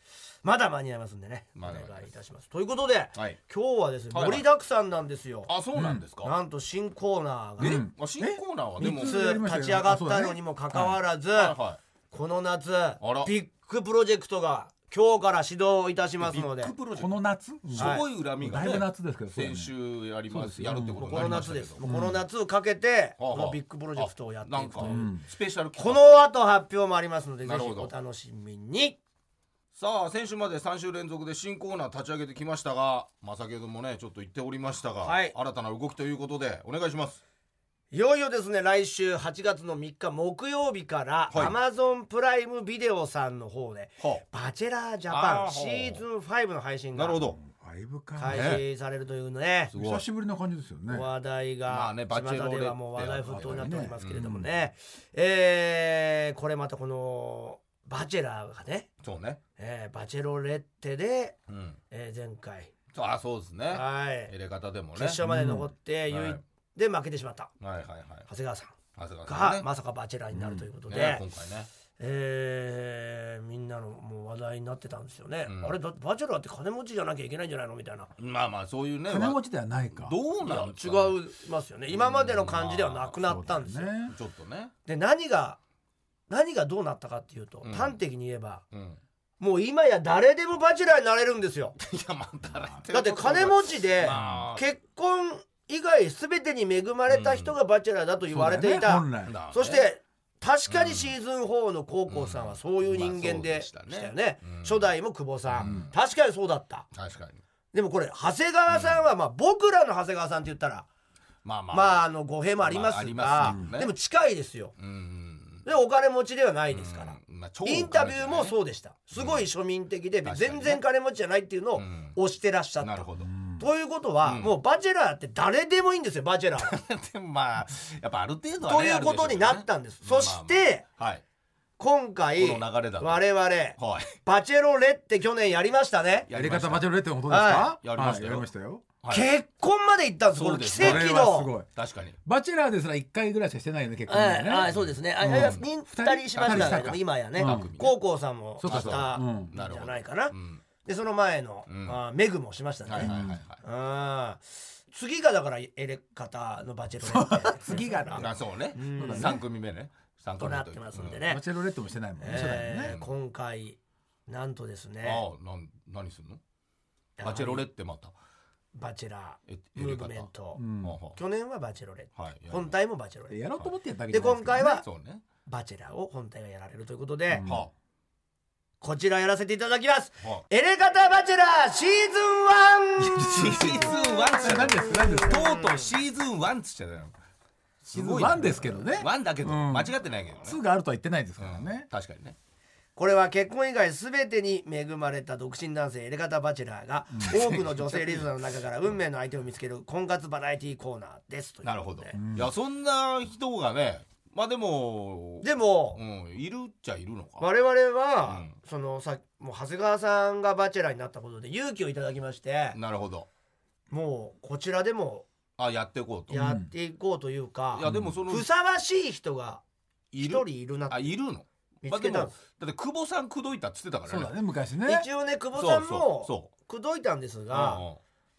Speaker 1: まだ間に合いますんでねお
Speaker 2: まだ
Speaker 1: 願
Speaker 2: 間に合います
Speaker 1: いいたしますということで
Speaker 2: はい
Speaker 1: 今日はですね
Speaker 2: はいはい
Speaker 1: 盛りだくさんなんですよ
Speaker 2: あそうなんですか
Speaker 1: なんと新コーナーが
Speaker 2: え
Speaker 1: 3
Speaker 2: あ新コーナーはでも
Speaker 3: え三
Speaker 2: はい
Speaker 3: やり
Speaker 1: つ
Speaker 3: ました
Speaker 1: 立
Speaker 3: よ
Speaker 1: ち上がったのにもかかわらず
Speaker 2: は
Speaker 1: この夏
Speaker 2: ら
Speaker 1: ビッグプロジェクトが今日から始動いたしま
Speaker 2: い
Speaker 1: す
Speaker 2: ビ
Speaker 1: ので
Speaker 2: ッグプロ
Speaker 3: ー
Speaker 2: ジェ
Speaker 3: こ
Speaker 2: ク
Speaker 3: の夏
Speaker 2: トす
Speaker 1: はい
Speaker 2: ごい恨みが
Speaker 3: だいぶ
Speaker 2: ね
Speaker 3: 夏ですけどそうだね
Speaker 2: 先週やり
Speaker 3: そう
Speaker 2: ま
Speaker 3: です
Speaker 2: す
Speaker 3: よ
Speaker 2: やるってことに
Speaker 1: こ
Speaker 2: な
Speaker 1: の
Speaker 2: りま
Speaker 1: 夏
Speaker 2: した
Speaker 1: で
Speaker 2: け
Speaker 1: す
Speaker 2: ど
Speaker 1: もうこの夏をかけて
Speaker 2: はあは
Speaker 1: こ
Speaker 2: あ
Speaker 1: のビッグプロジェクトをやって
Speaker 2: ないん
Speaker 1: く
Speaker 2: か
Speaker 1: という
Speaker 2: スペシャル企
Speaker 1: こ
Speaker 2: 画
Speaker 1: の後発表もありますのでぜ
Speaker 2: なる
Speaker 1: ひ
Speaker 2: ほど
Speaker 1: お楽しみに
Speaker 2: さあ先週まで3週連続で新コーナー立ち上げてきましたが、まあ、先ほどもねちょっと言っておりましたが、
Speaker 1: はい
Speaker 2: 新たな動きということでお願いします
Speaker 1: いよいよですね来週8月の3日木曜日から
Speaker 2: はい
Speaker 1: Amazon プライムビデオさんの方で
Speaker 2: は
Speaker 1: 「バチェラージャパ
Speaker 2: あ
Speaker 1: ン」
Speaker 2: ー
Speaker 1: シーズン5の配信
Speaker 2: な
Speaker 1: が
Speaker 2: るほど
Speaker 3: だいぶか
Speaker 1: 開始されるというね
Speaker 2: すごい
Speaker 3: 久しぶりな感じですよね
Speaker 1: 話題
Speaker 2: ま
Speaker 1: が
Speaker 2: あね
Speaker 1: 巷
Speaker 2: バチェロレッテ
Speaker 1: ではもう話題沸騰になっておりますけれどもねえーこれまたこの「バチェラー」がね
Speaker 2: そうね
Speaker 1: えーバチェロレッテで、
Speaker 2: うん
Speaker 1: えー前回
Speaker 2: そうあそうですね
Speaker 1: はい
Speaker 2: 入れ方でも
Speaker 1: 決
Speaker 2: ね
Speaker 1: 勝まで残って、
Speaker 2: うん
Speaker 1: 唯一
Speaker 2: はい
Speaker 1: で負けてしまった
Speaker 2: はいはいはい
Speaker 1: 長谷川さん
Speaker 2: 長谷川
Speaker 1: が、
Speaker 2: さんね
Speaker 1: まさかバチェラーになるということで、
Speaker 2: ね今回ね
Speaker 1: えーみんなのもう話題になってたんですよね、
Speaker 2: うん
Speaker 1: あれだバチェラーって金持ちじゃなきゃいけないんじゃないのみたいな
Speaker 2: まあまあそういうね
Speaker 3: 金持ちではないか
Speaker 2: どう
Speaker 1: いや
Speaker 2: なんです
Speaker 1: 違
Speaker 2: かね
Speaker 1: いますよね今までの感じではなくなったんですよ、
Speaker 3: そうだね
Speaker 2: ちょっとね
Speaker 1: で何が何がどうなったかっていうと、
Speaker 2: うん
Speaker 1: 端的に言えば
Speaker 2: うんい
Speaker 1: もう今や誰でもバチェラーになれるんですよ
Speaker 2: やまあ誰も
Speaker 1: だって金持ちで
Speaker 2: まあ
Speaker 1: 結婚以外全てに恵まれた人がバチェラーだと言われていた、
Speaker 3: そうだよね本来
Speaker 2: だね
Speaker 1: そして確かにシーズン4の高校さんはそういう人間でした
Speaker 2: まあそうでした
Speaker 1: よね
Speaker 2: ねうん
Speaker 1: 初代も久保さん、
Speaker 2: うん
Speaker 1: 確かにそうだった
Speaker 2: 確かに
Speaker 1: でもこれ長谷川さんは、まあ、僕らの長谷川さんって言ったら
Speaker 2: まあまあ
Speaker 1: まああの語弊もありますが、
Speaker 2: まあありますけどね
Speaker 1: でも近いですよ
Speaker 2: うんうん
Speaker 1: でお金持ちではないですから、
Speaker 2: うんまあ超
Speaker 1: インタビューも
Speaker 2: う
Speaker 1: そうでしたすごい庶民的で
Speaker 2: ん
Speaker 1: 全然金持ちじゃないっていうのを
Speaker 2: ん
Speaker 1: 推してらっしゃった、
Speaker 2: なるほど
Speaker 1: ということは、
Speaker 2: うん
Speaker 1: もうバチェラーって誰でもいいんですよバチェラーは
Speaker 2: でもまあやっぱある程度はね
Speaker 1: ということになったんです、そして、
Speaker 2: あるでしょうね
Speaker 1: 今回
Speaker 2: この流れだと
Speaker 1: 我々
Speaker 2: まあまあはいはい
Speaker 1: バチェロレって去年やりましたね
Speaker 3: やり方バ
Speaker 2: チ
Speaker 3: チェロレッテのことですか
Speaker 2: はいやりましたよ
Speaker 3: はいやりましたよ
Speaker 1: 結婚まで行ったんですこ
Speaker 2: そ
Speaker 1: の
Speaker 2: うです
Speaker 1: 奇
Speaker 2: ね
Speaker 1: 跡
Speaker 3: これはす
Speaker 1: の
Speaker 3: ごい
Speaker 2: 確かに
Speaker 3: バチェラーですら一回ぐらいしかしてないよね結構
Speaker 1: はい
Speaker 3: ね
Speaker 1: はいそうですねあ
Speaker 3: うん
Speaker 1: いや二二人しましたけど
Speaker 3: 二人
Speaker 1: も今やね
Speaker 3: うん
Speaker 1: 高校さんも
Speaker 3: そう
Speaker 1: あ
Speaker 3: か
Speaker 1: っ
Speaker 3: そう
Speaker 1: た
Speaker 3: かうんん
Speaker 1: じゃないか
Speaker 2: う
Speaker 1: なんでその前の
Speaker 2: うん
Speaker 1: あーメグもしました
Speaker 2: はいはい
Speaker 1: ね
Speaker 2: はいはい
Speaker 1: うん次がだからエレ方のバチェロレって
Speaker 3: 次がな
Speaker 2: あそうね
Speaker 1: ん
Speaker 2: 三組目ね三
Speaker 1: と
Speaker 2: 組
Speaker 1: な
Speaker 2: 目
Speaker 1: って
Speaker 2: いう
Speaker 1: ますんで
Speaker 2: うん
Speaker 1: ね
Speaker 3: バチェロレッテもしてないもんねそうだよね
Speaker 1: えー今回なんとですね
Speaker 2: ああなん何するのバチェロレってまた
Speaker 1: バチェラ
Speaker 2: え
Speaker 1: ームーブメント
Speaker 3: うん
Speaker 2: は
Speaker 1: 去年はバチェロレ
Speaker 2: あはあはい
Speaker 1: 本体もバチェロレ
Speaker 3: やろうと思ってやったわけ
Speaker 1: で
Speaker 3: じゃない
Speaker 1: 今
Speaker 3: ですから
Speaker 1: 回は
Speaker 2: そうね
Speaker 1: バチェラーを本体がやられるということで、
Speaker 3: うん
Speaker 2: は
Speaker 1: こちらやらせていただきます
Speaker 2: あは
Speaker 1: エレガタバチェラーシーズン 1!
Speaker 2: シーズン1っつっ
Speaker 3: 何です何です
Speaker 2: たとうとうシーズン1っつっちゃったよ
Speaker 3: シーズン1ですけどね
Speaker 2: 1だけど
Speaker 3: うん
Speaker 2: 間違ってないけどね
Speaker 3: 2があるとは言ってないですからね、
Speaker 2: 確かにね
Speaker 1: これは結婚以外全てに恵まれた独身男性エレガタ・バチェラーが多くの女性リスナーの中から運命の相手を見つける 婚活バラエティーコーナーですということで
Speaker 2: なるほどいやそんな人がねまあでも
Speaker 1: でも、
Speaker 2: うんいるっちゃいるのか
Speaker 1: 我々は、
Speaker 2: うん
Speaker 1: そのさもう長谷川さんがバチェラーになったことで勇気をいただきまして
Speaker 2: なるほど
Speaker 1: もうこちらでも
Speaker 2: あやっていこうとい
Speaker 1: やっていこうというか、
Speaker 2: やでもその
Speaker 1: ふさわしい人が
Speaker 2: い
Speaker 1: 一
Speaker 2: る
Speaker 1: 人いるな
Speaker 2: あ
Speaker 1: と
Speaker 2: いるの
Speaker 1: 見
Speaker 2: まあ
Speaker 1: つけ
Speaker 2: で
Speaker 1: た
Speaker 2: も
Speaker 1: ん
Speaker 2: だ
Speaker 1: です、
Speaker 2: って久保さん口説いたっつってたか
Speaker 3: そう
Speaker 2: ら
Speaker 3: だ
Speaker 2: ね
Speaker 3: ね昔ね
Speaker 1: 一応ね久保さんも
Speaker 2: そ
Speaker 1: 口説いたんです
Speaker 2: う
Speaker 1: が
Speaker 2: うん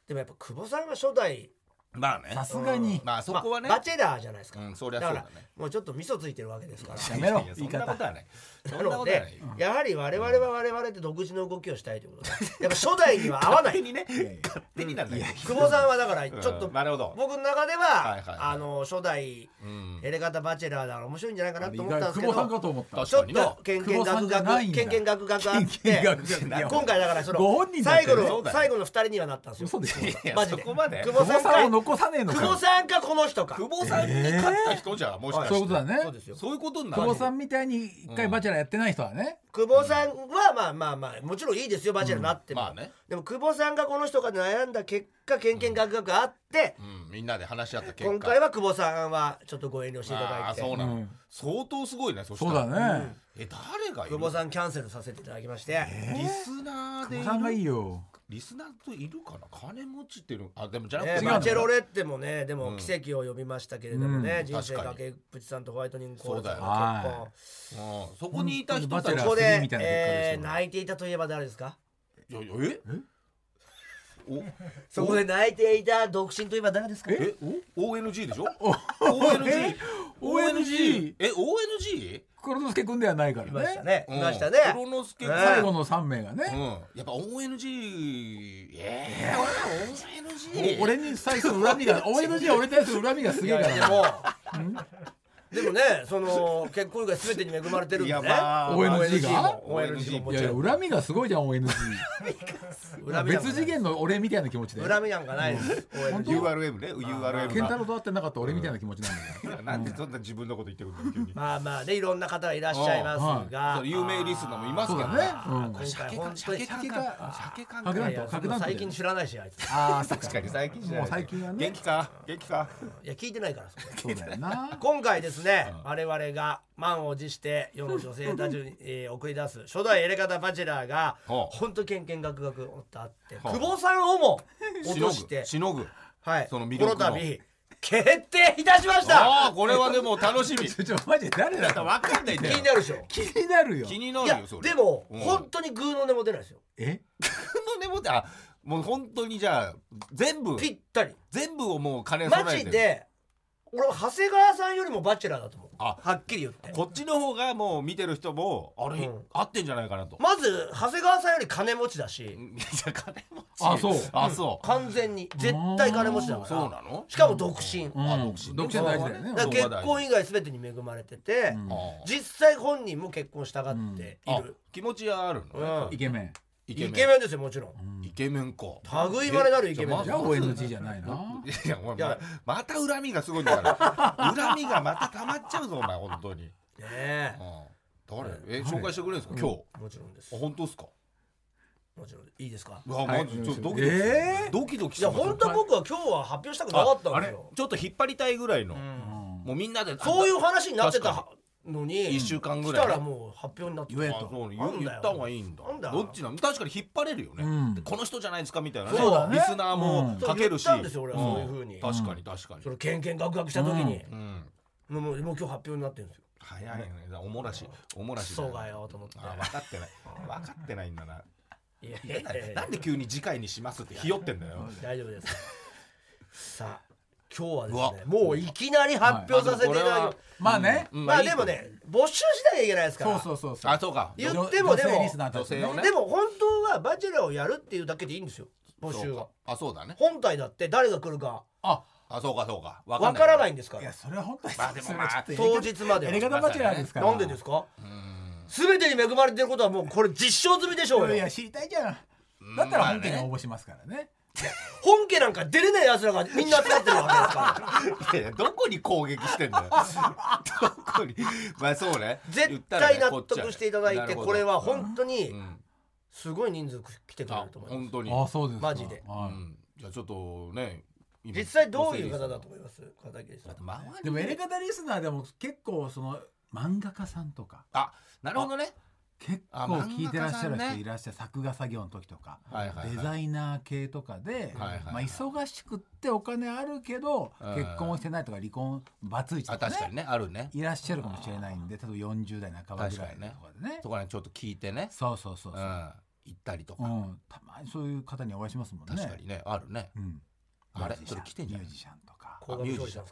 Speaker 1: でもやっぱ久保さんは初代
Speaker 2: うんまあね
Speaker 3: さすがに
Speaker 2: まあそこはね
Speaker 1: まあバチェラーじゃないですか、
Speaker 2: うんそりゃそうだね
Speaker 1: もうちょっと味噌ついてるわけですから
Speaker 3: やめろ
Speaker 2: いやそ
Speaker 3: 言い
Speaker 2: んなこと
Speaker 3: 方
Speaker 2: はないそ
Speaker 1: なん
Speaker 2: な
Speaker 1: の
Speaker 2: ことはない
Speaker 1: でやはり我々は我々って独自の動きをしたいということでやっぱ初代には合わない
Speaker 2: 勝手にね勝手になんだけど
Speaker 1: 久保さんはだからち
Speaker 2: う
Speaker 1: ょ
Speaker 2: ん
Speaker 1: っと
Speaker 2: なるほど
Speaker 1: 僕の中で
Speaker 2: いはいはい
Speaker 1: はあの初代
Speaker 2: うん
Speaker 1: エレガタバチェラーだから面白いんじゃないかな
Speaker 3: 意
Speaker 1: と思ったん
Speaker 3: 外
Speaker 1: ですけ
Speaker 3: 久保さんか
Speaker 1: ど
Speaker 3: と思った
Speaker 2: 確
Speaker 1: ちょ
Speaker 2: か
Speaker 1: っ
Speaker 2: にな
Speaker 1: とケンケンガク
Speaker 3: 久保さ
Speaker 1: ガ
Speaker 3: んじゃない
Speaker 1: ク
Speaker 3: んだ
Speaker 1: ケンケンガクガクあっ
Speaker 3: ケンケ
Speaker 1: て
Speaker 3: ンガクガク
Speaker 1: いや今回だからそ
Speaker 3: ご本
Speaker 1: の
Speaker 3: 人だっ
Speaker 1: 最
Speaker 3: たよ
Speaker 1: 後
Speaker 3: ね
Speaker 2: そうだ
Speaker 1: の
Speaker 2: よ
Speaker 1: 最後の二人にはなったんですよ
Speaker 3: 嘘でしょ
Speaker 2: いや
Speaker 1: マジで
Speaker 2: そこまで
Speaker 1: 久保
Speaker 3: 久
Speaker 1: さ
Speaker 3: 保
Speaker 1: んか
Speaker 3: さんを残さねえの
Speaker 1: 久
Speaker 3: か
Speaker 1: 保さんかこの人か
Speaker 2: 久保さんに勝った人じゃもしかして
Speaker 3: そういうことだね
Speaker 1: そうですよ
Speaker 2: そういうことになる
Speaker 3: 久保さんみたいに一回バチェラーやってない人はね、
Speaker 1: 久保さんはまあまあまあもちろんいいですよバチェラーになっても、
Speaker 2: まあね
Speaker 1: でも久保さんがこの人が悩んだ結果ケンケンガクガクあって、
Speaker 2: うんみんなで話し合った結果
Speaker 1: 今回
Speaker 2: は
Speaker 1: は久保さんはちょっとご遠慮していただ
Speaker 2: あ
Speaker 1: い
Speaker 2: あ
Speaker 1: て
Speaker 2: そうな
Speaker 3: う
Speaker 2: の
Speaker 3: ん
Speaker 2: 相当すごいねそした
Speaker 3: そう
Speaker 2: ら
Speaker 3: だね、
Speaker 2: え誰がい
Speaker 1: 久
Speaker 2: る
Speaker 1: 保さんキャンセルさせていただきまして、
Speaker 2: リスナーで
Speaker 3: 久保さんがい
Speaker 2: い
Speaker 3: い
Speaker 2: る
Speaker 3: よ
Speaker 2: リスナーといるかな金持ちっていうのあでもじゃな
Speaker 1: ね
Speaker 2: くて
Speaker 3: 違う
Speaker 1: バ
Speaker 3: ん
Speaker 1: チ
Speaker 3: だ
Speaker 1: ェ
Speaker 3: よ
Speaker 1: ロレッテもねで
Speaker 2: う
Speaker 1: も
Speaker 2: ん
Speaker 1: 奇跡を呼びましたけれどもね、
Speaker 3: うん
Speaker 1: 人生
Speaker 2: 確かに
Speaker 1: 崖っぷちさんとホワイトニングコールさんの
Speaker 3: はい
Speaker 1: 結婚
Speaker 2: うんそこにいた人た
Speaker 3: 本当にバチェ
Speaker 2: ち
Speaker 3: ラ
Speaker 1: こ
Speaker 3: ー
Speaker 1: こ
Speaker 3: スリー
Speaker 1: で
Speaker 3: みたいな結果
Speaker 1: え
Speaker 3: で
Speaker 1: ー
Speaker 3: すよ
Speaker 1: 泣いていたといえば誰ですか
Speaker 2: いやいやえお
Speaker 1: そこで泣いていた独身といえば誰ですか
Speaker 2: え ONG でしょ ?ONG
Speaker 3: ONG
Speaker 2: え ONG?
Speaker 3: 黒之助君ではないか
Speaker 1: い
Speaker 3: ら
Speaker 1: ました
Speaker 3: ね
Speaker 1: ね
Speaker 2: うん
Speaker 1: いましたね、
Speaker 2: 黒之助君
Speaker 1: ね
Speaker 3: 最後の3名が
Speaker 2: う
Speaker 3: ね、
Speaker 2: んやっぱ ONG えー、ONG
Speaker 3: お俺に対する恨みが ONG は俺に対する恨みがす
Speaker 1: い
Speaker 3: げえ
Speaker 1: や
Speaker 3: か
Speaker 1: で
Speaker 3: らね
Speaker 1: もでもねその結婚以外全てに恵まれてるん
Speaker 2: い
Speaker 1: でね
Speaker 2: やまあ
Speaker 3: ONG が
Speaker 1: ONG ももち
Speaker 3: いやいや
Speaker 1: ろん
Speaker 3: 恨みがすごいじゃん ONG
Speaker 1: 恨みなんか
Speaker 3: 別次元の俺みたいな気持ちで
Speaker 1: 恨みなんかないです ONG
Speaker 3: 本当
Speaker 4: URM ね
Speaker 3: 健
Speaker 4: URM
Speaker 3: 太
Speaker 4: が
Speaker 3: 郎と会ってなかった俺みたいな気持ちなんだよ、
Speaker 2: なんでそんな自分のこと言ってくるんだ急に
Speaker 1: まあまあでいろんな方がいらっしゃいますが
Speaker 2: そう有名リスナーもいます
Speaker 3: そ
Speaker 2: け
Speaker 3: う
Speaker 2: ど
Speaker 3: だね、うん、
Speaker 1: 今回本当に
Speaker 2: 鮭関係鮭関
Speaker 3: か
Speaker 2: 係
Speaker 3: けない
Speaker 1: い
Speaker 3: と
Speaker 1: や
Speaker 3: かけないと
Speaker 1: 最近知らないしあ いつ
Speaker 3: ああそっ
Speaker 2: 確かに最近じゃない
Speaker 3: もう最近は
Speaker 2: 元
Speaker 3: ね
Speaker 2: 気か元気か
Speaker 1: いや聞いてないからそこ
Speaker 3: そうだよな
Speaker 1: 今回ですね、我々が満を持して世の女性たちに、 えー送り出す初代エレガタ・バチェラーが
Speaker 2: ほう
Speaker 1: 本当けんけんがくがくおったって
Speaker 2: ほう
Speaker 1: 久保さんをも落
Speaker 2: し
Speaker 1: と
Speaker 2: の
Speaker 1: して
Speaker 2: ぐしのぐ
Speaker 1: はい、
Speaker 2: その魅
Speaker 1: この
Speaker 2: 力の
Speaker 1: 度決定いたしました
Speaker 2: ああこれはでも楽しみ
Speaker 3: ちょマジで誰だか
Speaker 2: 分かんないん
Speaker 1: 気
Speaker 2: だよ
Speaker 1: になるでしょ
Speaker 3: 気になるよ
Speaker 2: 気にないる
Speaker 1: や
Speaker 2: よそれ
Speaker 1: でも、
Speaker 2: うん
Speaker 1: 本当にグーの音も出ないですよ
Speaker 3: え
Speaker 2: の根元あもう本当にじゃあ全部
Speaker 1: ぴったり
Speaker 2: 全部をもう金
Speaker 1: マ
Speaker 2: 備え
Speaker 1: ジ
Speaker 2: てる
Speaker 1: で俺は長谷川さんよりもバチェラーだと思う
Speaker 2: あ
Speaker 1: はっきり言って
Speaker 2: こっちの方がもう見てる人もあれ、
Speaker 1: うん
Speaker 2: 合ってんじゃないかなと、
Speaker 1: まず長谷川さんより金持ちだし
Speaker 2: いや金持ち
Speaker 3: あそう
Speaker 2: あそう、
Speaker 1: 完全に絶対金持ちだから
Speaker 2: そうなの
Speaker 1: しかも独身、
Speaker 3: うん
Speaker 2: あ
Speaker 3: 独身大事だよね
Speaker 1: だから結婚
Speaker 2: い
Speaker 1: 以外全てに恵まれてて、
Speaker 3: うん
Speaker 1: 実際本人も結婚したがっている、
Speaker 2: 気持ちはあるの、
Speaker 1: うん
Speaker 3: イケメン
Speaker 2: イケメン
Speaker 1: イケメンですよもちろん、
Speaker 2: イケメンか
Speaker 1: 類いまれなるイケメン
Speaker 2: え
Speaker 1: じ
Speaker 3: じ
Speaker 1: ゃあ
Speaker 3: ゃあ
Speaker 2: まず
Speaker 3: ONG じゃないない
Speaker 2: やお前
Speaker 1: いや
Speaker 2: ままた恨みがすごいんだから恨みがまた溜まっちゃうぞお前本当に、
Speaker 1: ねえ
Speaker 2: うん、誰え紹介してくれるんですか今日、
Speaker 1: もちろんです
Speaker 2: あ本当ですか
Speaker 1: もちろんですいいですか
Speaker 2: うわ
Speaker 3: は
Speaker 2: マ
Speaker 3: い
Speaker 2: ジちょっとドキドキする、
Speaker 3: えー
Speaker 2: ドキドキ
Speaker 1: い
Speaker 2: する
Speaker 1: や本当は僕は今日は発表したくなかったんですよ、
Speaker 2: ちょっと引っ張りたいぐらいの、
Speaker 1: うん
Speaker 2: もうみんなで
Speaker 1: そういうう話になってたのに
Speaker 2: 一週間
Speaker 1: 来
Speaker 2: ぐらい
Speaker 1: たらもう発表になって
Speaker 3: 言え
Speaker 2: あ
Speaker 3: と
Speaker 2: そう言
Speaker 1: なんだよ
Speaker 2: 言った方がいいんだ
Speaker 1: なんだ
Speaker 2: どっちなの確かに引っ張れるよね、
Speaker 3: うん
Speaker 2: でこの人じゃないですかみたいなね
Speaker 1: そうだ
Speaker 3: ね
Speaker 2: リスナーも
Speaker 3: うん
Speaker 2: かけるし、
Speaker 1: そう言ったんですよ俺はそういう風に
Speaker 2: ん確かに確かに
Speaker 1: そ、のケンケンガクガクした時に、
Speaker 2: うん、
Speaker 1: もうもう今日発表になってるんですよ
Speaker 2: 早いねおもらしおもら
Speaker 1: ク
Speaker 2: し
Speaker 1: ソがよと思って
Speaker 2: あ分かってない分かってないんだな
Speaker 1: や
Speaker 2: い
Speaker 1: いやいやいや
Speaker 2: なんで急に次回にしますってひよってんだよ
Speaker 1: 大丈夫です。 さあ、今日はですね、
Speaker 2: うわ
Speaker 1: もういきなり発表させていただきます。
Speaker 3: まあね
Speaker 2: うん
Speaker 1: まあでもね、募集しなきゃいけないですから。
Speaker 3: そうそうそうそう
Speaker 2: あそうか
Speaker 1: 言ってもでも
Speaker 3: 女性リスナーたちね
Speaker 2: 女性をね
Speaker 1: でも本当はバチェラーをやるっていうだけでいいんですよ、募集
Speaker 2: そう
Speaker 1: は
Speaker 2: か。あそうだね
Speaker 1: 本体だって誰が来るか
Speaker 3: あ
Speaker 2: あそうかそうかわ
Speaker 1: わからないいんですか
Speaker 3: い
Speaker 1: ら
Speaker 3: やそれは本当に
Speaker 2: まあでもまあ
Speaker 3: それはちょっとやり
Speaker 1: 当
Speaker 3: 方
Speaker 1: 日まで
Speaker 3: や
Speaker 1: は
Speaker 3: り方間違いなんですから
Speaker 1: なんでですか
Speaker 2: うん
Speaker 1: 全てに恵まれてることはもうこれ実証済みでしょうよ
Speaker 3: いや知りたいじゃんだったら本家に応募しますからね
Speaker 1: 本家なんか出れない奴らがみんな集まってるわけですから
Speaker 4: いやいやどこに攻撃してんだよどこにまあそうね言
Speaker 1: 絶
Speaker 4: ったらね
Speaker 1: 対納得していただいて
Speaker 4: こっちはね
Speaker 1: これは本当
Speaker 4: う
Speaker 1: に
Speaker 4: ん
Speaker 1: すごい人数来てくれ
Speaker 4: あ
Speaker 1: ると思いま
Speaker 4: 本
Speaker 1: す
Speaker 4: 当に
Speaker 3: あそうですか
Speaker 1: マジで
Speaker 4: う
Speaker 3: はい
Speaker 4: んじゃあちょっとね今
Speaker 1: 実際どういう方だと思います片桐さん
Speaker 4: 周り
Speaker 3: でもエレガタリスナーでも結構その漫画家さんとか
Speaker 2: あなるほどね
Speaker 3: 結構
Speaker 4: あ漫画家さんね
Speaker 3: 聞いてらっしゃる人いらっしゃる、作画作業の時とか、
Speaker 4: はいはいはい
Speaker 3: デザイナー系とかで、
Speaker 4: はいはいはい
Speaker 3: まあ、忙しくってお金あるけど、
Speaker 4: うん
Speaker 3: 結婚をしてないとか離婚バツイチ
Speaker 2: あ
Speaker 3: とか,、ね
Speaker 2: 確かにねあるね
Speaker 3: いらっしゃるかもしれないんで例えば40代半ばぐらいのとかでね
Speaker 2: そこら辺ちょっと聞いてね
Speaker 3: そうそうそう
Speaker 2: うん
Speaker 3: そう、うん
Speaker 2: 行ったりとか
Speaker 3: たまにそういう方にお会いしますもんね
Speaker 2: 確かにねあるね
Speaker 3: うん、
Speaker 2: あれ
Speaker 3: ミ
Speaker 2: そ
Speaker 3: ュージシャン
Speaker 2: れ来てんじゃない
Speaker 3: ミュージシャンとか
Speaker 1: 鴻上庄司さん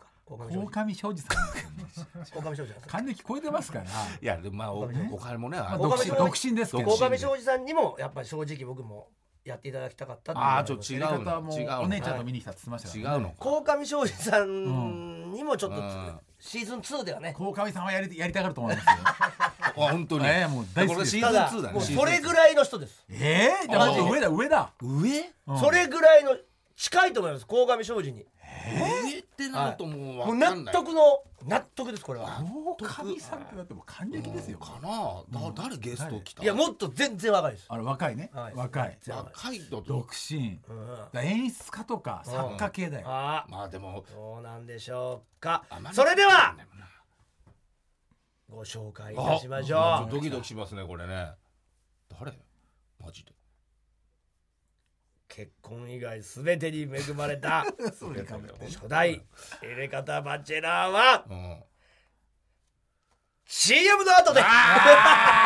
Speaker 1: ですか鴻上庄司
Speaker 3: 鴻上庄
Speaker 1: 鴻上庄司さん
Speaker 3: 司さん
Speaker 1: ですか
Speaker 3: 完全に聞こえてますから、
Speaker 2: いやでもまあおお金もね
Speaker 3: まあ、
Speaker 2: あ
Speaker 1: ど
Speaker 3: 独
Speaker 1: 鴻上
Speaker 3: 身
Speaker 1: 庄司
Speaker 3: 独身ですけど
Speaker 1: 鴻上庄司さんにもやっぱり正直僕もやっていただきたかったっていうのが
Speaker 2: あ
Speaker 1: あ
Speaker 2: あ
Speaker 1: り
Speaker 2: ちょ
Speaker 1: ま
Speaker 2: っ
Speaker 1: す
Speaker 2: と違う
Speaker 3: やり方
Speaker 2: の
Speaker 3: も
Speaker 2: 違う
Speaker 3: お
Speaker 2: の
Speaker 3: 姉ちゃんの見に来たって言ってました
Speaker 2: 違
Speaker 3: から
Speaker 2: う
Speaker 3: ね
Speaker 2: のか
Speaker 1: 鴻上庄司さんにもちょっとつ
Speaker 2: うん
Speaker 1: シーズン2ではね
Speaker 3: 鴻上さんはやりやりたがると思いますよ
Speaker 2: あ本当に
Speaker 3: ええもう大好きです
Speaker 2: これシ
Speaker 1: た
Speaker 2: ー
Speaker 1: だ
Speaker 2: ズン2だ
Speaker 1: も
Speaker 2: ね
Speaker 1: う
Speaker 2: シ
Speaker 1: それ
Speaker 2: ーズン
Speaker 1: ぐらいの人です
Speaker 3: ええじゃあもう上だ上だ、
Speaker 2: 2上
Speaker 3: うん
Speaker 1: それぐらいの近いと思います鴻上庄司に
Speaker 2: 上ってなるともう
Speaker 1: も
Speaker 2: わか
Speaker 1: うん
Speaker 2: ない
Speaker 1: 納得の納得ですこれは
Speaker 3: 鴻上さんってだってもう還暦ですよ、
Speaker 2: かなだ誰ゲスト来た
Speaker 1: いやもっと全然若いです
Speaker 3: あれ若いね、
Speaker 1: はい
Speaker 3: 若い
Speaker 1: 全然若い
Speaker 2: 若いと
Speaker 3: 独身
Speaker 1: うん
Speaker 3: だ演出家とか作家系だよ、
Speaker 1: あ
Speaker 2: まあでも
Speaker 1: どうなんでしょうか
Speaker 2: あまり
Speaker 1: それではご紹介いたしまし
Speaker 2: あ
Speaker 1: ょう
Speaker 2: ドキドキしますねこれね誰マジで
Speaker 1: 結婚以外全てに恵まれ た
Speaker 3: それかも
Speaker 1: 初代エレカタバチェラーは
Speaker 2: うん、
Speaker 1: CM の後で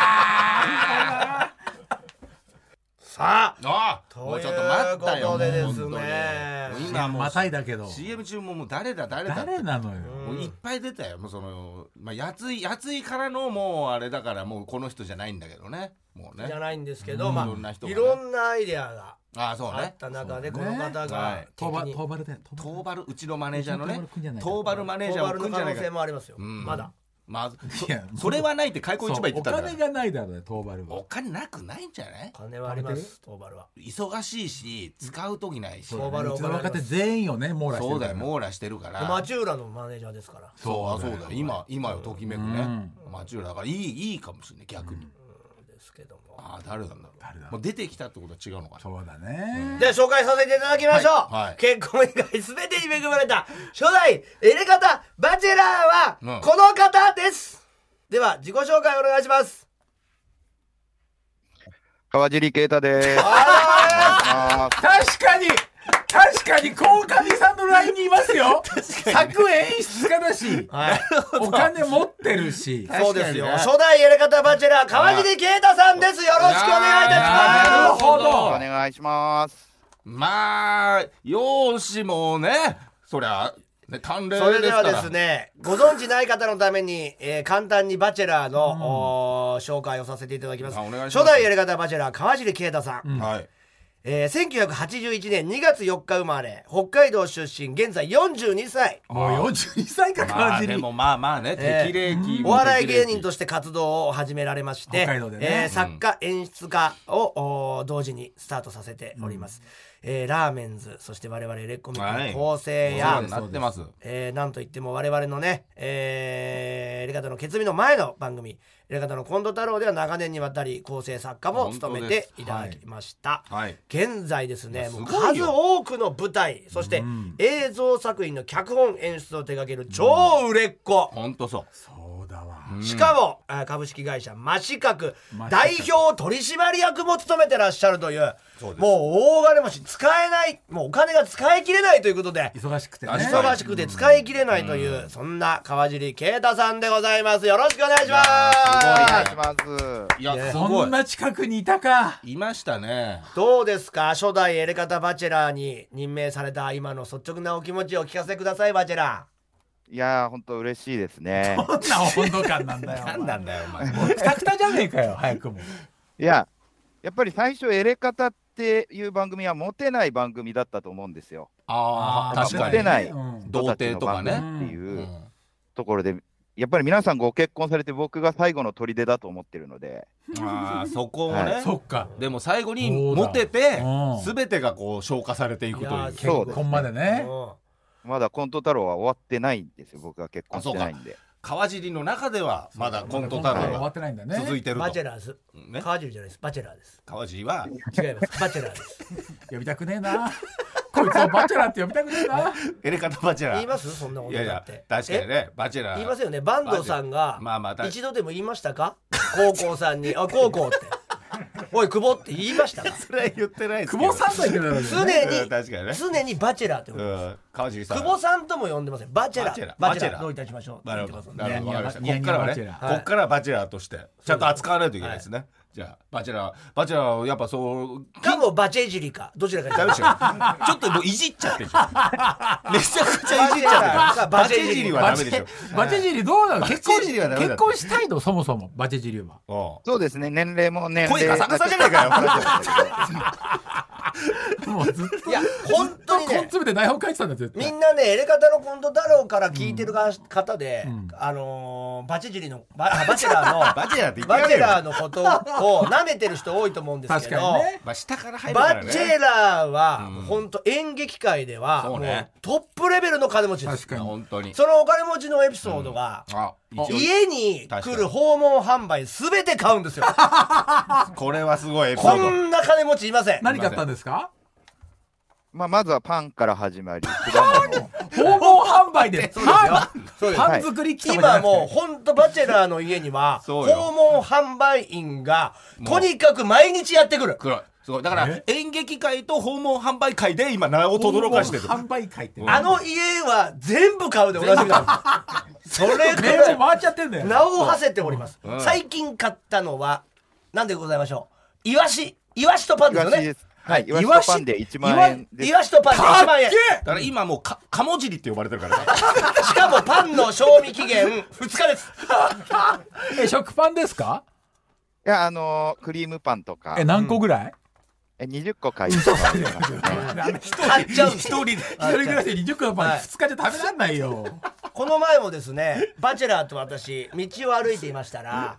Speaker 1: さあ
Speaker 2: ああもうちょっと待ったよ
Speaker 1: ということでです
Speaker 2: もう本
Speaker 1: ね
Speaker 2: 当にもう今
Speaker 3: 今
Speaker 2: もう
Speaker 3: またいだけど
Speaker 2: CM 中ももう誰だ誰だって
Speaker 3: 誰なのよ、
Speaker 2: もういっぱい出たよもうそのまあやついやついからのもうあれだからもうこの人じゃないんだけどねもうね
Speaker 1: じゃないんですけど、ま
Speaker 2: いろんな
Speaker 1: あ、
Speaker 2: 人が
Speaker 1: い
Speaker 2: ね
Speaker 1: ろんなアイデアが
Speaker 2: ああそう
Speaker 1: あ
Speaker 2: ね
Speaker 1: った中で、
Speaker 3: そ
Speaker 1: こ
Speaker 3: うね
Speaker 1: の方
Speaker 2: は
Speaker 1: が
Speaker 2: い
Speaker 3: トーバ
Speaker 1: 敵に
Speaker 3: トーバルだよト
Speaker 2: ト
Speaker 3: ー
Speaker 2: ー
Speaker 3: バル
Speaker 2: バルうちのマネージャーのね
Speaker 3: うちのトーバル来んじゃないか
Speaker 2: トーバルマネージャー
Speaker 1: トー
Speaker 2: も
Speaker 1: バル
Speaker 2: 来
Speaker 1: の
Speaker 2: るんじ
Speaker 1: 可
Speaker 2: ゃな
Speaker 1: 能
Speaker 2: い
Speaker 1: 性
Speaker 2: か
Speaker 1: もありますよ、
Speaker 2: うん
Speaker 1: まだ
Speaker 2: まあそ
Speaker 3: いや
Speaker 2: それはないって開口一番言ってたん
Speaker 3: そ
Speaker 2: だ
Speaker 3: う
Speaker 2: か
Speaker 3: お金
Speaker 2: ら
Speaker 3: がないだろうねトーバル
Speaker 2: お
Speaker 3: は
Speaker 2: 金なくないんじゃない
Speaker 1: 金はありますトーバルは
Speaker 2: 忙しいし使う時ないし
Speaker 1: トーバル
Speaker 3: う
Speaker 1: お
Speaker 3: ちの
Speaker 1: 金あり
Speaker 3: 若手
Speaker 1: ます
Speaker 3: 全員をね網羅して
Speaker 2: そ
Speaker 3: る
Speaker 2: う
Speaker 3: か
Speaker 2: だ
Speaker 3: ら
Speaker 2: よ網羅してるから
Speaker 1: 町浦のマネージャーですから
Speaker 2: そうあそうだよ今今よときめく
Speaker 3: う
Speaker 2: ね
Speaker 3: ん
Speaker 2: 町浦だからいいいいかもしれない逆に
Speaker 1: ですけども
Speaker 2: ああ誰なんだろ
Speaker 3: 誰だろう
Speaker 2: うもう出てきたってことは違うのかな
Speaker 3: そうだね、
Speaker 1: では紹介させていただきましょう、
Speaker 2: はいはい
Speaker 1: 結婚以外全てに恵まれた初代エレガタバチェラー
Speaker 2: う
Speaker 1: は
Speaker 2: ん
Speaker 1: この方です、では自己紹介お願いします
Speaker 5: 川尻啓太です。あ
Speaker 3: 確かに確かに鴻上さんのラインにいます よ作演出家だし
Speaker 1: はい
Speaker 3: お金持ってるし
Speaker 1: そうですよ
Speaker 2: 確かにね
Speaker 1: 初代エレガタバチェラー川尻啓太さんですよろしくお願いいたします
Speaker 3: なるほ
Speaker 5: ー
Speaker 3: ど
Speaker 5: お願いします。
Speaker 2: まあ容姿もねそりゃね鍛錬ですか
Speaker 1: そ
Speaker 2: ら
Speaker 1: れではですねご存知ない方のために、えー簡単に「バチェラーの」おー紹介をさせていただきます
Speaker 2: あお願いします
Speaker 1: 初代やり方バチェラー川尻啓太さん、
Speaker 2: はい
Speaker 1: えー1981年2月4日生まれ北海道出身現在42歳
Speaker 3: もう42歳か
Speaker 2: ま
Speaker 3: 川
Speaker 2: あ
Speaker 3: 尻、
Speaker 2: でもまあまあね
Speaker 1: ええ
Speaker 2: 適齢期
Speaker 1: お笑い芸人として活動を始められまして、
Speaker 3: 北海道でね
Speaker 1: えー作家演出家をおー同時にスタートさせております、えーラーメンズそして我々レッコミックの構成や、
Speaker 2: やなってます
Speaker 1: えーなんといっても我々のね、えー、エレガタの決意の前の番組「エレガタの近藤太郎」では長年にわたり構成作家も務めていただきました、
Speaker 2: はい
Speaker 1: 現在ですねもう
Speaker 2: すごい
Speaker 1: 数
Speaker 2: よ
Speaker 1: 多くの舞台そして映像作品の脚本演出を手掛ける超売れっ子、
Speaker 2: 本当そう
Speaker 3: そうだわ、
Speaker 1: しかもあ株式会社マシカク
Speaker 3: マシカ
Speaker 1: 代
Speaker 3: ク
Speaker 1: 表取締役も務めてらっしゃるという
Speaker 2: そうです
Speaker 1: もう大金持ち使えないもうお金が使い切れないということで
Speaker 3: 忙しくてね
Speaker 1: 忙しくて使い切れないという、そんな川尻啓太さんでございますよろしくお願いします
Speaker 5: お願い
Speaker 2: す
Speaker 5: します。
Speaker 2: いやすご
Speaker 3: そん
Speaker 2: い
Speaker 3: な近くにいたか
Speaker 2: いましたね
Speaker 1: どうですか初代エレカタバチェラーに任命された今の率直なお気持ちをお聞かせくださいバチェラ
Speaker 5: いやー、本当嬉しいですね。
Speaker 3: こんな温度感なんだよ
Speaker 2: なんなんだよお前
Speaker 3: お前くたくたじゃねえかよ 早くも
Speaker 5: いや、やっぱり最初エレカタっていう番組はモテない番組だったと思うんですよ。
Speaker 3: あ
Speaker 2: あー確かに
Speaker 5: モテない
Speaker 3: うん
Speaker 2: 童貞とかね。
Speaker 5: っていううんところで、やっぱり皆さんご結婚されて僕が最後の砦だと思ってるので、
Speaker 2: ああそこをね、
Speaker 5: は
Speaker 3: そっか。
Speaker 2: でも最後に
Speaker 3: そうだ
Speaker 2: モテて
Speaker 3: うん
Speaker 2: 全てがこう消化されていくという
Speaker 1: いやー
Speaker 2: 結
Speaker 5: そう
Speaker 3: 結
Speaker 5: ですね
Speaker 3: 婚までね。
Speaker 5: まだコント太郎は終わってないんですよ。僕が結婚してないんで。
Speaker 2: 川尻の中ではまだコント太
Speaker 3: 終
Speaker 2: 郎
Speaker 3: わ
Speaker 2: が
Speaker 3: ってないんだね。
Speaker 2: 続いてると、
Speaker 1: バチェラーズ
Speaker 2: ね、
Speaker 1: 川尻じゃないですバチェラーです
Speaker 2: 川尻は
Speaker 1: 違いますバチェラーです
Speaker 3: 呼びたくねえな。こいつをバチェラーって呼びたくねえな。
Speaker 2: エレカタバチェラ
Speaker 1: 言い
Speaker 2: ー
Speaker 1: ますそんなこ
Speaker 2: い
Speaker 1: と
Speaker 2: やい
Speaker 1: だ
Speaker 2: や
Speaker 1: って
Speaker 2: 確かに
Speaker 1: え
Speaker 2: ねバチェラー
Speaker 1: 言いますよね坂東さんが
Speaker 2: まあまあ確か
Speaker 1: 一度でも言いましたか高校さんに「あ高校」って「おい久保」って言いましたか
Speaker 2: それは言ってないですけ
Speaker 3: 久
Speaker 2: ど
Speaker 3: 保さんとは言ってないだろうけど
Speaker 1: 常
Speaker 3: ね。
Speaker 2: うん
Speaker 1: に
Speaker 2: 確かにね
Speaker 1: 常にバチェラーって呼んでます
Speaker 2: うん川尻さん
Speaker 1: 久保さんとも呼んでませんバチェラ
Speaker 2: バチェラ
Speaker 1: ー
Speaker 2: ー
Speaker 1: バチェ
Speaker 2: バチェ
Speaker 1: ラ
Speaker 2: ラ
Speaker 1: ー
Speaker 2: ー
Speaker 1: どういたしましょうって
Speaker 2: な
Speaker 1: 言
Speaker 2: る
Speaker 1: って
Speaker 2: ほ
Speaker 1: ます
Speaker 2: ど
Speaker 1: もん
Speaker 2: なる
Speaker 1: ね
Speaker 2: ほどわかりました
Speaker 3: ニ
Speaker 2: こっ
Speaker 3: ヤニ
Speaker 2: か
Speaker 3: ヤ
Speaker 2: らは
Speaker 3: バチ
Speaker 2: ね
Speaker 3: ェラー
Speaker 2: こっからはバチェラーとしてちゃんと扱わないといけないですねじゃあバチェラーバチェラーをやっぱそう
Speaker 1: かもバチェジリかどちらか
Speaker 2: ダメ でしょちょっともういじっちゃってるじゃんめちゃくちゃいじっちゃってる
Speaker 1: バ
Speaker 2: バ
Speaker 1: チ
Speaker 2: チ
Speaker 1: ェ
Speaker 2: ェ
Speaker 1: ジ
Speaker 2: ジ
Speaker 1: リ
Speaker 2: リ
Speaker 1: は
Speaker 2: はダメでし
Speaker 3: バチェジリどうなの結婚
Speaker 2: バチェジリはダメだって
Speaker 3: 結婚したいのそもそもバチェジリは。
Speaker 2: ょ
Speaker 5: そうですね。年齢も年齢。
Speaker 2: 声が逆さじゃねえかよ
Speaker 3: もうずっと
Speaker 1: いや本当に
Speaker 3: コン
Speaker 1: ね
Speaker 3: 詰めて台本書いてたんだ絶
Speaker 1: み
Speaker 3: 対。
Speaker 1: んなねエレカタのコント太郎から聞いてるが方で、
Speaker 3: ん
Speaker 1: あのーバチェジリのバあバチェラーの
Speaker 2: バチェラーって言って
Speaker 1: バ
Speaker 2: や
Speaker 1: チ
Speaker 2: れ
Speaker 1: ェ
Speaker 2: よ
Speaker 1: ラーのことを舐めてる人多いと思うんです
Speaker 3: 確
Speaker 1: け
Speaker 3: か
Speaker 1: ど
Speaker 3: にね。
Speaker 2: まあ下から入るから
Speaker 1: バ
Speaker 2: ね
Speaker 1: チェラーは
Speaker 2: うん
Speaker 1: 本当演劇界では
Speaker 2: そうね
Speaker 1: もうトップレベルの金持ちです
Speaker 3: 確かに。
Speaker 2: 本当に
Speaker 1: そのお金持ちのエピソードが、
Speaker 2: あ一応
Speaker 1: 家に来る訪問販売すべて買うんですよ
Speaker 2: これはすごいエピソ
Speaker 1: こ
Speaker 2: ード
Speaker 1: んな金持ちいません
Speaker 3: 何買ったんですか
Speaker 5: まあまずはパンから始まり、果
Speaker 3: 訪
Speaker 5: 物。
Speaker 3: 問販売で
Speaker 1: そうですよ
Speaker 3: パ
Speaker 1: そう
Speaker 3: ン
Speaker 1: です
Speaker 5: よ
Speaker 3: パン作り機とかじゃ
Speaker 1: 今
Speaker 3: なくて
Speaker 1: もう本当バチェラーの家には
Speaker 2: そうよ
Speaker 1: 訪問販売員が
Speaker 2: も
Speaker 1: と
Speaker 2: う
Speaker 1: にかく毎日やってくる
Speaker 2: 黒いすごいだから演劇界と訪問販売会で今名を
Speaker 3: 訪問
Speaker 2: 轟かしてる
Speaker 3: 販売会って
Speaker 1: あの家は全部買うでおなじみなんですそれく
Speaker 3: 名
Speaker 1: ら
Speaker 3: 簿
Speaker 1: い
Speaker 3: 回っちゃってんだよ
Speaker 1: 名を馳せております、
Speaker 2: うん
Speaker 1: 最近買ったのは何でございましょうイワシイワシとパンですよ
Speaker 5: イワシ
Speaker 1: ね
Speaker 5: ですはい
Speaker 1: イワシ
Speaker 5: イワシとパンで1万円です
Speaker 1: イワイワシとパンで1万円
Speaker 2: だから今もうかかもじりって呼ばれてるからね
Speaker 1: しかもパンの賞味期限2日です
Speaker 3: え食パンですか
Speaker 5: いや、あのークリームパンとか
Speaker 3: え、何個ぐらい
Speaker 5: え20個買いましたね。
Speaker 1: 買っちゃうんです
Speaker 2: 一人で
Speaker 3: 一人暮らしで20個のパ
Speaker 1: は
Speaker 3: ン
Speaker 1: い
Speaker 3: 2日じゃ食べらんないよ
Speaker 1: この前もですねバチェラーと私道を歩いていましたら、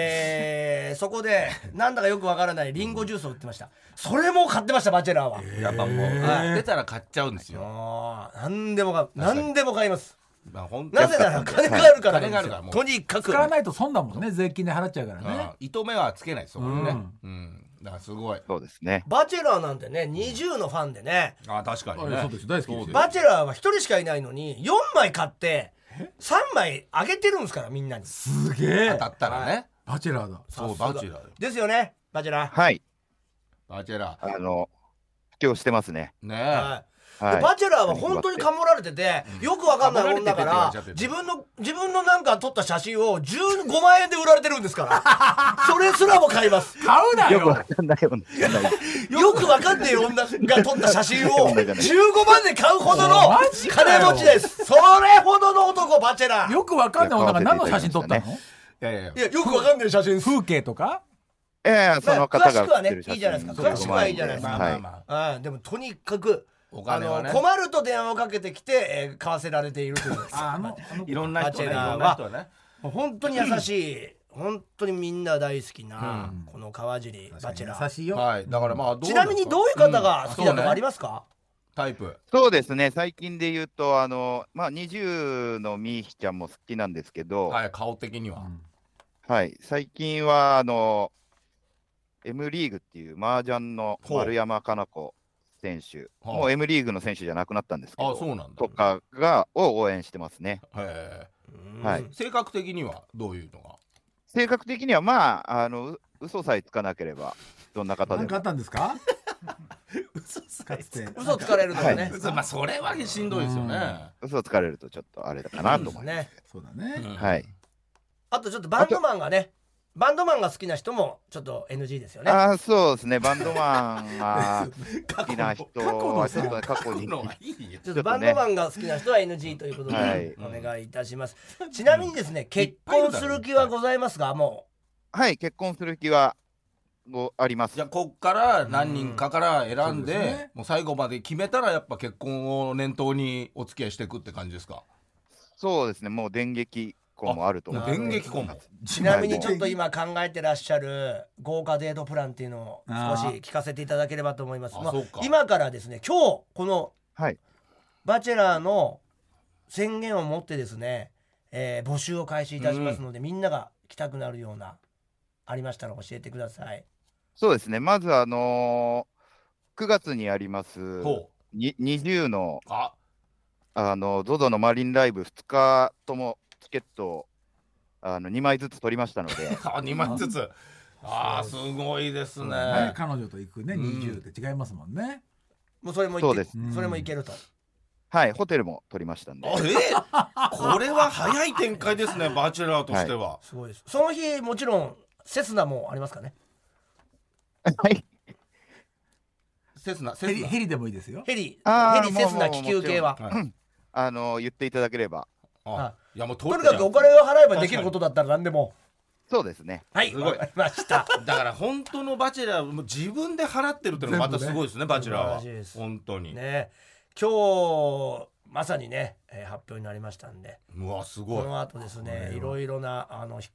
Speaker 1: えーそこでなんだかよくわからないリンゴジュースを売ってましたそれも買ってましたバチェラーは、
Speaker 2: やっぱもうはい出たら買っちゃうんですよ
Speaker 1: あー何でも買う何でも買います
Speaker 2: まあ本当
Speaker 1: なぜなら金があるからなんで
Speaker 2: 金があ
Speaker 1: す
Speaker 2: る
Speaker 1: よ
Speaker 2: からもう
Speaker 1: とにかく
Speaker 3: 使わないと損だもんね税金で払っちゃうからね
Speaker 2: うん糸目はつけないですよこれねうんだからすごい
Speaker 5: そうですね。
Speaker 1: バチェラーなんてね20のファンでね
Speaker 2: あ確かに
Speaker 3: あ
Speaker 2: ね
Speaker 3: そうですよ大好きですよ
Speaker 1: バチェラーは1人しかいないのに4枚買って3枚あげてるんですからみんなに
Speaker 3: すげ
Speaker 2: 当
Speaker 3: え
Speaker 2: たったらね
Speaker 3: バチェラーだ
Speaker 2: そうバチェラーよ
Speaker 1: ですよねバチェラー
Speaker 5: はい。
Speaker 2: バチェラ
Speaker 5: あの、布教してますね。
Speaker 2: ーね
Speaker 1: はい
Speaker 5: はい。
Speaker 1: でバチェラーは本当にかもられてて、よくわかんないもんだか
Speaker 2: かもら
Speaker 1: ら
Speaker 2: れててって
Speaker 1: 自
Speaker 2: 言わ
Speaker 1: 分の自分のなんか撮った写真を15万円で売られてるんですからそれすら も買います
Speaker 3: 買うな
Speaker 5: よくわ
Speaker 3: よ
Speaker 5: かんないような。
Speaker 1: よくわかんねえ女が撮った写真を15
Speaker 5: 女じゃない
Speaker 1: 万で買うほどの
Speaker 3: おマジか
Speaker 1: 金
Speaker 3: よ
Speaker 1: 持ちですそれほどの男バチェラー
Speaker 3: よくわかんない女が何の写真撮った
Speaker 5: いや
Speaker 3: の
Speaker 2: いやいやいや
Speaker 1: いやよくわかんねえ写真です
Speaker 3: 風景とか
Speaker 5: ええその方が写ってる写
Speaker 1: 詳
Speaker 5: 真
Speaker 1: しくはねいいじゃないですか詳しくはいいじゃないですか
Speaker 2: まあ
Speaker 5: は
Speaker 2: まあ
Speaker 5: い
Speaker 2: ま。あ
Speaker 1: あでもとにかく
Speaker 2: お金
Speaker 1: あ
Speaker 2: は
Speaker 1: の
Speaker 2: ね
Speaker 1: 困ると電話をかけてきて、えー買わせられているという
Speaker 3: ああの
Speaker 2: いろんな人ね
Speaker 1: バ
Speaker 2: い
Speaker 1: チェラーは
Speaker 2: ろんな人ね
Speaker 1: もう本当に優しい本当にみんな大好きな、この川尻バチェラー
Speaker 3: 優しいよ
Speaker 2: はいだからまあどう
Speaker 1: ちなみにどういう方が好きなの
Speaker 2: うん
Speaker 1: かありますか、
Speaker 2: タイプ
Speaker 5: そうですね、最近で言うと、あの、まあ、20のみーひちゃんも好きなんですけど、は
Speaker 2: はい顔的には
Speaker 5: い、最近は、あの、M リーグっていう麻雀の
Speaker 2: ほう
Speaker 5: 丸山加奈子選手、
Speaker 2: はあ
Speaker 5: もう M リーグの選手じゃなくなったんですけ
Speaker 2: あそうな
Speaker 5: ど、
Speaker 2: んだ
Speaker 5: とかが、を応援してますね。
Speaker 2: へ
Speaker 1: うん
Speaker 5: はい
Speaker 2: え性格的にはどういうのが
Speaker 5: 性格的には、まあ、あの、う嘘さえつかなければ、どんな方で
Speaker 3: 何かあ
Speaker 5: も
Speaker 3: っ。たんですかかつて
Speaker 1: 嘘つかれるのはね、
Speaker 2: まあそれはしんどいですよね
Speaker 5: 嘘をつかれるとちょっとあれだかなと思います。
Speaker 1: ね
Speaker 3: そうだね
Speaker 2: うん
Speaker 5: はい。
Speaker 1: あとちょっとバンドマンがねバンドマンが好きな人もちょっと NG ですよね
Speaker 5: ああ、そうですね、バンドマ ンが好きな人は、ちょっとね過去
Speaker 2: こうい
Speaker 5: に
Speaker 2: うのはいい よ
Speaker 1: ちょっとバンドマンが好きな人は NG ということで、
Speaker 5: はい
Speaker 1: お願いいたします。ちなみにですね、結
Speaker 2: いっぱいい
Speaker 1: 婚
Speaker 2: るだ
Speaker 1: す
Speaker 2: ろ
Speaker 1: る気はございますが、も
Speaker 5: はい、結婚する気は後あります
Speaker 2: じゃあこっから何人かから選んで,、
Speaker 3: うんそうですね
Speaker 2: もう最後まで決めたらやっぱ結婚を念頭にお付き合いしていくって感じですか
Speaker 5: そうですねもう電撃婚もあると思
Speaker 2: も
Speaker 5: う
Speaker 2: う電撃婚も
Speaker 1: ちなみにちょっと今考えてらっしゃる豪華デートプランっていうのを少し聞かせていただければと思います。
Speaker 2: あー
Speaker 1: まあ
Speaker 2: そうか
Speaker 1: 今からですね今日この
Speaker 5: はい
Speaker 1: バチェラーの宣言を持ってですね、えー募集を開始いたしますので、みんなが来たくなるようなありましたら教えてください。
Speaker 5: そうですねまずあのー、9月にあります
Speaker 2: ほう
Speaker 5: に20の
Speaker 2: あ
Speaker 5: あの ZOZO のマリンライブ2日ともチケットをあの2枚ずつ取りましたの で
Speaker 2: あ2枚ずつあーすごいですね
Speaker 3: ね彼女と行くね
Speaker 2: うん
Speaker 3: 20って違いますもんね
Speaker 1: もうそれもいけ
Speaker 5: そうです
Speaker 3: うん
Speaker 1: それもいけると。
Speaker 5: はいホテルも取りましたんで
Speaker 2: あえーこれは早い展開ですねバチェラーとしては、
Speaker 1: すごいです。その日もちろんセスナもありますかね。
Speaker 5: はい
Speaker 2: セスナセ
Speaker 3: ヘ
Speaker 2: ス
Speaker 3: リ
Speaker 2: ナ
Speaker 3: ヘリでもいいですよ
Speaker 1: ヘリ
Speaker 5: あー
Speaker 1: ヘリセスナ
Speaker 5: もうも
Speaker 1: 気
Speaker 5: う
Speaker 1: 球系は。
Speaker 2: はい
Speaker 5: あの言っていただければ
Speaker 2: あいやもう
Speaker 1: とにかくお金を払えばできることだったら何でも。
Speaker 5: そうですね
Speaker 1: はい、
Speaker 2: すごい
Speaker 1: わかりました。
Speaker 2: だから本当のバチェラーもう自分で払ってるっていうのがまたすごいですねバチェラーは
Speaker 1: 素晴らしいです
Speaker 2: 本当に、
Speaker 1: ね、今日まさにね、えー発表になりましたんで、
Speaker 2: うわすご
Speaker 1: こ
Speaker 2: い
Speaker 1: の後ですね、いろいろなあのひ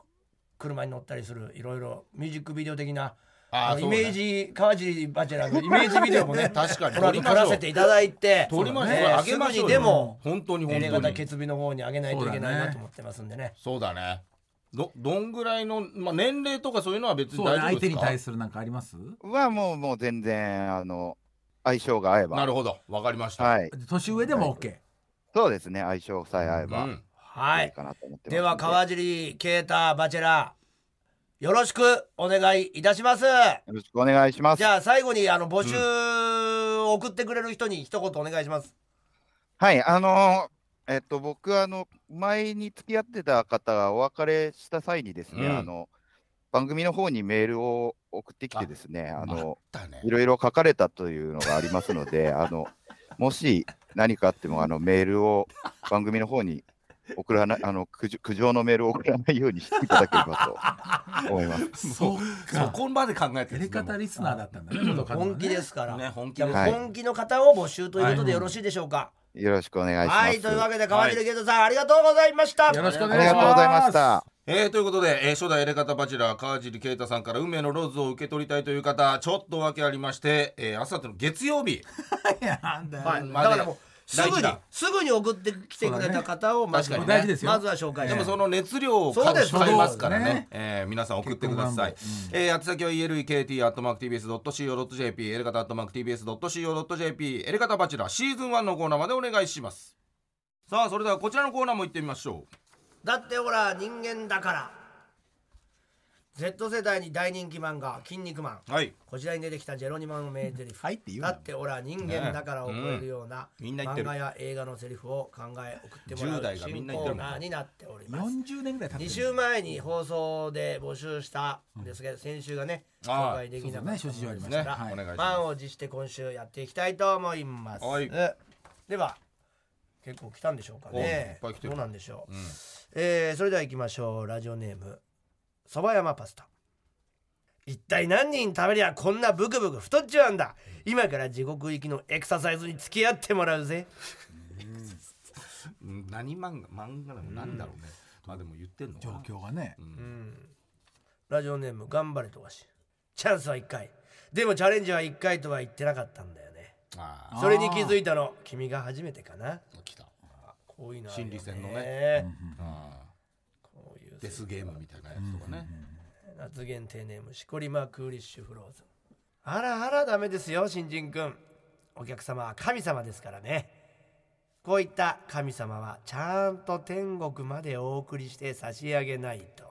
Speaker 1: 車に乗ったりするいろいろミュージックビデオ的な。
Speaker 2: あ
Speaker 1: あのイメー
Speaker 2: ジ
Speaker 1: ジ川尻バチェラーのイメージビデオ もね
Speaker 2: 確かに
Speaker 1: この
Speaker 2: 撮り
Speaker 1: 後撮
Speaker 2: ましょう
Speaker 1: らせていただいて
Speaker 2: 撮りましょう
Speaker 1: ね
Speaker 2: これあげまし
Speaker 1: すぐ
Speaker 2: ょう
Speaker 1: にでも
Speaker 2: 本当に本
Speaker 1: エレガ
Speaker 2: 当
Speaker 1: タ
Speaker 2: に
Speaker 1: 決備の方に上げないといけないなと思ってますんでね
Speaker 2: そうだねどどんぐらいの、まあ、年齢とかそういうのは別に
Speaker 3: そうね
Speaker 2: 大丈
Speaker 3: 相
Speaker 2: 夫で
Speaker 3: 手
Speaker 2: す
Speaker 3: に
Speaker 2: か
Speaker 3: 対するなんかあります
Speaker 5: はもうもう全然あの相性が合えば
Speaker 2: なるほどわかりました、
Speaker 5: はい
Speaker 3: 年上でも OK
Speaker 5: そうですね相性さえ合えば、
Speaker 2: うん
Speaker 1: はい
Speaker 5: いいかなと思ってますん
Speaker 1: では川尻啓太バチェラーよろしくお願いいたします
Speaker 5: よろしくお願いします
Speaker 1: じゃあ最後にあの募集を送ってくれる人に一言お願いします
Speaker 5: はい、あのーえっと、僕、あの、前に付き合ってた方がお別れした際にですね、
Speaker 2: うん
Speaker 5: あの、番組の方にメールを送ってきてですね、あの、
Speaker 2: だね
Speaker 5: いろいろ書かれたというのがあります ので、あの、もし何かあっても、あの、メールを番組の方に送らない、あの、苦情苦情のメールを送らないようにしていただければと思います。
Speaker 3: そう
Speaker 2: そ
Speaker 3: か
Speaker 2: こまで考えてるんで
Speaker 3: エレ
Speaker 2: すね
Speaker 3: カタリスナーだったんだね元カノはね
Speaker 1: 本気ですから、
Speaker 2: ね本気
Speaker 1: じゃあもう
Speaker 5: はい
Speaker 1: 本気の方を募集ということでよろしいでしょうか
Speaker 5: よろしくお願い
Speaker 1: は
Speaker 5: し
Speaker 1: い、
Speaker 5: ます。
Speaker 1: というわけで川尻啓太さん、ありがとうございました
Speaker 3: よろしくお
Speaker 5: あ
Speaker 3: 願
Speaker 5: り
Speaker 3: いします
Speaker 5: がとうございました。
Speaker 2: えー、ということで、えー初代エレカタバチェラー川尻啓太さんから運命のローズを受け取りたいという方ちょっとわけありまして、えー、あさっての月曜日
Speaker 3: いやなんだよ
Speaker 1: はい、
Speaker 2: ま
Speaker 1: だ
Speaker 2: で
Speaker 1: からもうすぐ
Speaker 2: 大事
Speaker 1: に
Speaker 2: だ
Speaker 1: すぐに送ってきてくれた方をまずは
Speaker 3: そうだね確かに大事ですよ
Speaker 1: まずは紹介し
Speaker 2: でも
Speaker 1: ます
Speaker 2: その熱量を
Speaker 1: そうです
Speaker 2: 買いますからね
Speaker 3: そうですね
Speaker 2: えー皆さん送ってください、えー、宛先は elekt.tbs.co.jp エレカタ .tbs.co.jp エレカタバチェラーシーズン1のコーナーまでお願いしますさあそれではこちらのコーナーも行ってみましょう
Speaker 1: だってほら人間だから Z 世代に大人気漫画「筋肉マン」
Speaker 2: はい
Speaker 1: こちらに出てきたジェロニマの名台詞、
Speaker 3: はいって言う
Speaker 1: だ
Speaker 3: な
Speaker 1: って俺は人間だからを超えるような、
Speaker 2: うんみんな言ってる
Speaker 1: 漫画や映画のセリフを考え送っても
Speaker 2: 10
Speaker 1: らう
Speaker 2: 代がみ
Speaker 1: 新
Speaker 2: んな
Speaker 1: コ
Speaker 2: 言っ
Speaker 1: ー
Speaker 2: てるもん
Speaker 1: ナーになっております
Speaker 3: 40年ぐらい経って
Speaker 1: 2
Speaker 3: る
Speaker 1: 週前に放送で募集したんですけど先週がね
Speaker 2: ああ
Speaker 1: 紹介できなかった
Speaker 3: そうですね諸事情ありまし
Speaker 2: ね、
Speaker 3: たはい
Speaker 2: お願いします
Speaker 1: 満を持して今週やっていきたいと思います、
Speaker 2: はい
Speaker 1: では結構来たんでしょうか
Speaker 2: おい
Speaker 1: ね
Speaker 2: っぱい来てる
Speaker 1: どうなんでしょう、えーそれでは行きましょうラジオネームそば山パスタ一体何人食べりゃこんなブクブク太っちゃうんだ今から地獄行きのエクササイズに付き合ってもらうぜ
Speaker 2: うん何漫画漫画なのなんだろうね、まあでも言ってんのか
Speaker 3: 状
Speaker 2: な
Speaker 3: 況がね
Speaker 1: ラジオネーム頑張れとわしチャンスは1回でもチャレンジは1回とは言ってなかったんだよね
Speaker 2: あ
Speaker 1: それに気づいたの君が初めてかな
Speaker 2: あ来た
Speaker 1: こういうのあるよ
Speaker 2: 心理戦の
Speaker 1: ね
Speaker 2: あ
Speaker 1: こういう
Speaker 2: ーデスゲームみたいなやつとかね、
Speaker 1: 夏限定ネームしこりまクーリッシュフローズンあらあらダメですよ新人くんお客様は神様ですからねこういった神様はちゃんと天国までお送りして差し上げないと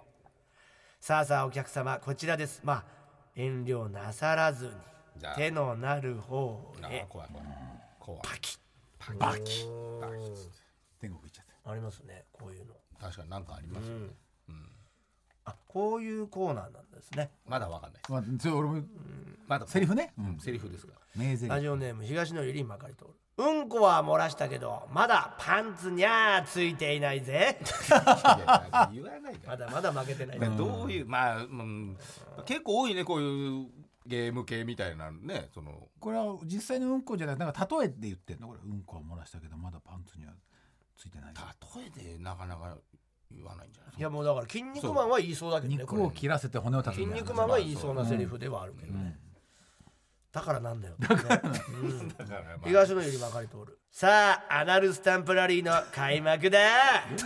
Speaker 1: さあさあお客様こちらですまあ遠慮なさらずに
Speaker 2: じゃあ
Speaker 1: 手のなる方
Speaker 2: あ
Speaker 1: へ
Speaker 2: あ怖い怖い怖い
Speaker 3: バキ天国行っちゃった
Speaker 1: ありますねこういうの
Speaker 2: 確かになんかありますよね、
Speaker 1: あこういうコーナーなんですね
Speaker 2: まだわかんないです
Speaker 3: まあ、それ俺も
Speaker 2: まだ
Speaker 3: セリフね、
Speaker 2: セリフですから
Speaker 3: 名ゼ
Speaker 1: ラ
Speaker 3: リ
Speaker 1: ジオネーム東野ゆりまかりとおるうんこは漏らしたけどまだパンツにゃーついていないぜ
Speaker 4: 言わないか
Speaker 1: まだまだ負けてないな、
Speaker 2: らどういうまあ、うん、結構多いねこういうゲーム系みたいなねその
Speaker 3: これは実際のうんこじゃなくてなんか例えで言ってんのこれうんこは漏らしたけどまだパンツにはついてない
Speaker 2: 例えでなかなか言わないんじゃない
Speaker 1: いやもうだから「筋肉マン」は言いそうだけどねこ
Speaker 3: 肉を
Speaker 1: れ
Speaker 3: 切らせて骨を立て
Speaker 1: 筋
Speaker 3: るみたいな
Speaker 1: 肉マンは言いそうなセリフではあるけどね、だからなんだよ、うん
Speaker 2: だから、まあ、
Speaker 1: 東野よりばかり通るさあアナルスタンプラリーの開幕だ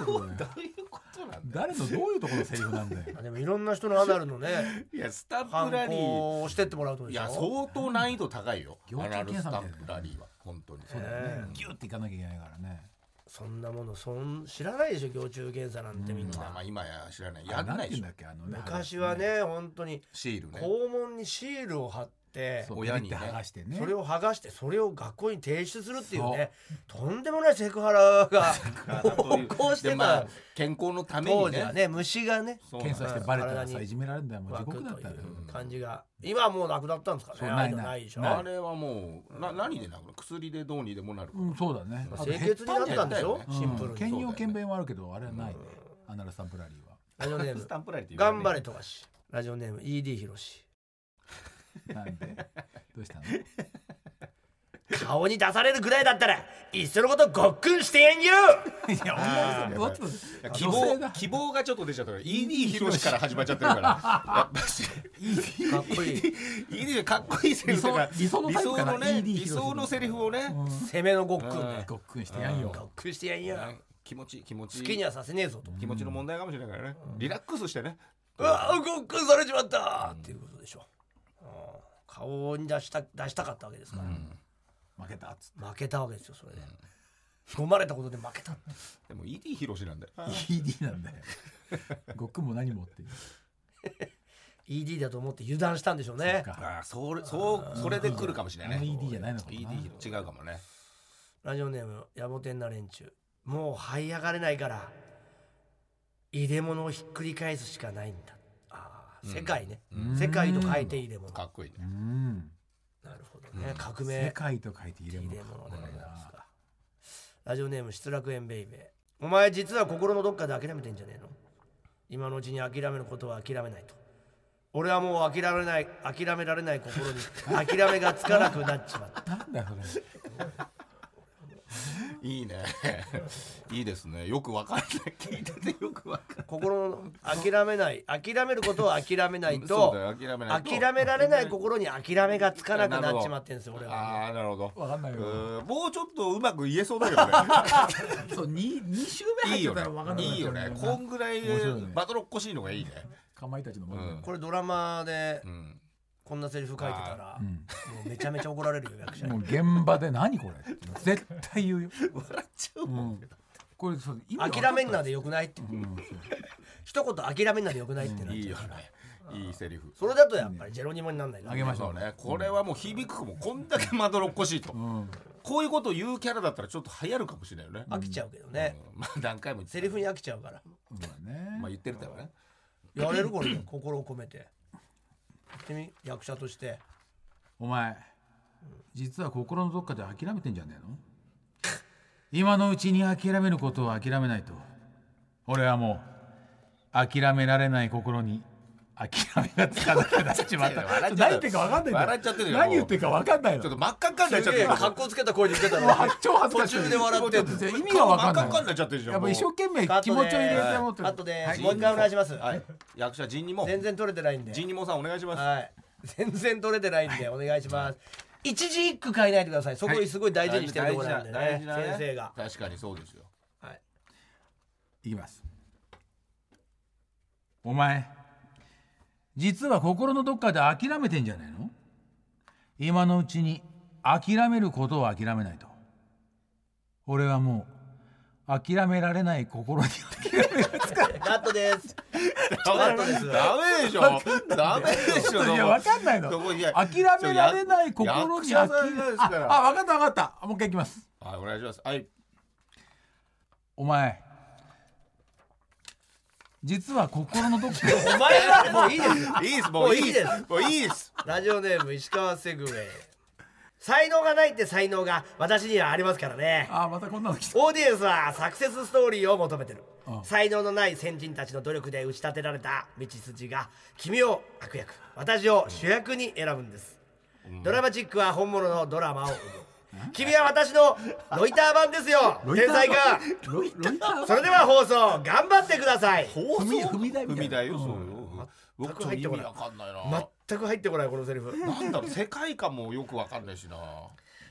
Speaker 2: どういうことなんだよ
Speaker 3: 誰のどういうところのセリフなんだよ
Speaker 1: あでもいろんな人のアナルの ね
Speaker 2: いやスタン
Speaker 1: 反
Speaker 2: プラリー
Speaker 1: 抗をしてってもらうとで
Speaker 2: い
Speaker 1: しょ
Speaker 2: や相当難易度高いよ
Speaker 3: 行
Speaker 2: アナ
Speaker 3: 間
Speaker 2: ル
Speaker 3: 検
Speaker 2: ス
Speaker 3: 査
Speaker 2: タ
Speaker 3: み
Speaker 2: ン
Speaker 3: たい
Speaker 2: プ
Speaker 3: な
Speaker 2: ラリーは本当に
Speaker 1: うだよね
Speaker 3: ギュっていかなきゃいけないからね
Speaker 1: そんなものそん知らないでしょ幼虫検査なんてみん
Speaker 2: まあま
Speaker 1: な
Speaker 2: あ今や知らないやんないでしょ
Speaker 3: あて言うんだっけあのね
Speaker 1: 昔はね本当に
Speaker 2: シールね
Speaker 1: 肛門にシールを貼って
Speaker 3: そう
Speaker 2: 親
Speaker 3: 親
Speaker 2: に
Speaker 3: に
Speaker 2: ね
Speaker 3: 剥がしてね
Speaker 1: それを剥がしてそれを学校に提出するっていうねとんでもないセクハラがこうして
Speaker 2: で
Speaker 1: た
Speaker 2: まあ健康のため
Speaker 1: 当
Speaker 2: に
Speaker 1: 時は
Speaker 2: ね
Speaker 1: ね虫がね
Speaker 2: そうなん
Speaker 3: 検査してバレたら
Speaker 1: 体
Speaker 3: さ
Speaker 1: に
Speaker 3: いじめられるんだよもう地
Speaker 1: 湧く
Speaker 3: 獄だっ
Speaker 1: とい
Speaker 3: たよ
Speaker 1: う感じが今はもうなくなったんですかね
Speaker 3: そう
Speaker 1: ああ
Speaker 3: な
Speaker 1: う
Speaker 3: い
Speaker 1: の
Speaker 3: ない
Speaker 1: ないでしょ
Speaker 2: あれはもうな何でなくの薬でどうにでもなる
Speaker 3: うんそうだね
Speaker 1: 清潔になったんでしょ
Speaker 2: あと減ったよね
Speaker 1: シンプルに
Speaker 3: うん兼用兼弁はあるけどあれはないねアナルスタンプラリーは
Speaker 1: ラジオネーム
Speaker 2: スタンプラリーって言わ
Speaker 1: 頑
Speaker 2: ない
Speaker 1: 張れ富樫ラジオネーム ED ひろし
Speaker 3: なんでどうしたの
Speaker 1: 顔に出されるぐらいだったらいっそのことごっくんしてやんよ
Speaker 3: いや女の人どっち
Speaker 2: いや
Speaker 3: だ
Speaker 2: 希
Speaker 3: 女性
Speaker 2: 望
Speaker 3: だ
Speaker 2: 希望がちょっと出ちゃったから ED 広志から始まっちゃ ってるからやっぱし
Speaker 1: かっこいい
Speaker 2: ED かっこいいセリフだから
Speaker 3: 理想の
Speaker 2: 理
Speaker 3: タイプ
Speaker 2: 想
Speaker 3: かな
Speaker 2: のね
Speaker 3: ED
Speaker 2: 理
Speaker 3: 広志の
Speaker 2: 想のセリフをね
Speaker 1: 攻めのごっくんね
Speaker 3: ごっくんしてやんよ
Speaker 1: ごっくんしてやんよ
Speaker 2: なん気持ち気持ち
Speaker 1: 好きにはさせねえぞと
Speaker 2: 気持ちの問題かもしれないからねリラックスしてね
Speaker 1: うわごっくんされちまったっていうことでしょうん顔に出した出したかったわけですから
Speaker 3: 負けたっつっ
Speaker 1: 負けたわけですよそれで飲まれたことで負けたって
Speaker 2: でも ED 広志なんだよ
Speaker 3: て ED なんだよごっくんも何もっていう
Speaker 1: ED だと思って油断したんでしょうね
Speaker 3: そうか
Speaker 2: ああそれそうそれで来るかもしれないね
Speaker 3: あの ED じゃないのかな
Speaker 2: ED 広志違うかもね
Speaker 1: ラジオネーム野暮天な連中もう這い上がれないから入れ物をひっくり返すしかないんだあー世界ね、世界と書いて入れ物
Speaker 2: かっこいいね
Speaker 3: うん
Speaker 1: なるほどね、革
Speaker 3: 世
Speaker 1: 命
Speaker 3: 界と書いて入れ
Speaker 1: 入
Speaker 3: 物
Speaker 1: れ
Speaker 3: か
Speaker 1: 物でございますかラジオネーム失楽園ベイベーお前実は心のどっかで諦めてんじゃねえの今のうちに諦めることは諦めないと俺はもう諦めない諦められない心に諦めがつかなくなっちまった
Speaker 3: なんだよそれ
Speaker 2: いいねいいですねよくわかんない聞いててよくわかんない
Speaker 1: 心の諦めない諦めることを諦めない
Speaker 2: そ
Speaker 1: と
Speaker 2: うだよ諦めないと
Speaker 1: 諦められない心に諦めがつかなくなっちまってんですよ俺は
Speaker 2: ああなるほど
Speaker 3: わかんないうよ
Speaker 2: ーんもうちょっとうまく言えそうだけど ね
Speaker 3: そう二二週目
Speaker 2: い
Speaker 3: 入
Speaker 2: い
Speaker 3: っ
Speaker 2: よ
Speaker 3: てたらわかん
Speaker 2: ね
Speaker 3: ない
Speaker 2: いいよねこんぐらい
Speaker 3: 面白いね
Speaker 2: バトロっこしいのがいいね
Speaker 3: かまいたちのもの
Speaker 1: これドラマで
Speaker 2: うん
Speaker 1: こんなセリフ書いてたらもうめちゃめちゃ怒られるよ役者に
Speaker 3: もう現場で何これ絶対 言うよ
Speaker 2: 笑っちゃう
Speaker 3: うんこれそう意味わかん
Speaker 1: 諦めんなでよくないって
Speaker 3: うんそう
Speaker 1: 一言諦めんなでよくないってなっ
Speaker 2: いい
Speaker 1: ち
Speaker 2: よ
Speaker 1: ゃうから
Speaker 2: ねいいセリフ
Speaker 1: それだとやっぱりジェロニモになんないな
Speaker 3: あげまし
Speaker 2: そ
Speaker 3: ょ
Speaker 2: う
Speaker 3: う
Speaker 2: ねこれはもう響くもこんだけまどろっこしいと
Speaker 3: うん
Speaker 2: こういうことを言うキャラだったらちょっと流行るかもしれないよね
Speaker 1: 飽きちゃうけどね
Speaker 2: うんまあ何回も言って
Speaker 1: セ
Speaker 2: た
Speaker 1: リフに飽きちゃうから
Speaker 3: そうだね
Speaker 2: まあ言ってるからね
Speaker 1: やれるこれ心を込めてやってみ役者として
Speaker 3: お前実は心のどっかで諦めてんじゃねえの今のうちに諦めることを諦めないと俺はもう諦められない心に諦めがつかなくなっちまっ
Speaker 2: 笑っちゃ
Speaker 3: た
Speaker 2: ってる
Speaker 3: 何言ってるか分かんないんだよ
Speaker 2: 笑っちゃってるよ
Speaker 3: 何言ってるか分かんないの
Speaker 2: ちょっと真っ赤っかになっちゃ
Speaker 1: す
Speaker 2: っ
Speaker 1: げ
Speaker 2: て
Speaker 1: え
Speaker 2: る
Speaker 1: 格好つけた声で言ってたの
Speaker 3: 超恥ずかしい
Speaker 1: 途中で笑ってんの
Speaker 3: ちょっと意味が分かんない
Speaker 2: 真っ赤っかになっちゃってるじゃん
Speaker 3: やっぱ一生懸命
Speaker 1: カッ
Speaker 3: 気
Speaker 1: ト
Speaker 3: 持
Speaker 1: で
Speaker 3: ちを入れてもって
Speaker 1: あとで
Speaker 2: い
Speaker 1: もう一回お願いします、
Speaker 2: はい役者陣にも
Speaker 1: 全然取れてないんで
Speaker 2: 陣にもさんお願いします
Speaker 1: はい全然取れてないんでお願いします一字一句変えないでくださいそこすごい大事にしてるところなんでね,、
Speaker 2: 大事な大事な
Speaker 1: 先生が、
Speaker 2: 確かにそうですよ
Speaker 1: はい、
Speaker 3: いきますお前実は心のどっかで諦めてんじゃないの今のうちに諦めることを諦めないと俺はもう諦められない心に
Speaker 1: カットです
Speaker 2: ダ
Speaker 1: メです
Speaker 2: メでしょダメでしょ
Speaker 3: いやわかんないの
Speaker 2: そこいや
Speaker 3: 諦められない心に
Speaker 2: それ役者さんです
Speaker 3: あ
Speaker 2: から
Speaker 3: あ分かった分かったもう一回いきます
Speaker 2: はいお願いしますはい
Speaker 3: お前実は心のどっか で
Speaker 1: お前らもういいです
Speaker 2: いいですもういいですもういいです
Speaker 1: ラジオネーム石川セグウェイ才能がないって才能が私にはありますからね
Speaker 3: あーまたこんなの来た
Speaker 1: オーディエンスはサクセスストーリーを求めてる
Speaker 3: あ
Speaker 1: 才能のない先人たちの努力で打ち立てられた道筋が君を悪役私を主役に選ぶんです、ドラマチックは本物のドラマを生む君は私のロイター版ですよ
Speaker 3: ロイタ
Speaker 1: 天
Speaker 3: ー版
Speaker 1: 才か
Speaker 3: ロイター
Speaker 1: それでは放送頑張ってください
Speaker 3: 踏み踏み台
Speaker 4: 踏み
Speaker 3: みた
Speaker 4: だ
Speaker 3: いな
Speaker 4: よ、そうよ。
Speaker 1: 全
Speaker 4: 僕
Speaker 1: く
Speaker 4: ちょっと
Speaker 1: 入っ
Speaker 4: 意
Speaker 1: てこ
Speaker 4: 味
Speaker 1: ない
Speaker 4: わかんないな。
Speaker 1: 全く入ってこないこのセリフ
Speaker 4: なんだろう、世界観もよくわかんないしな。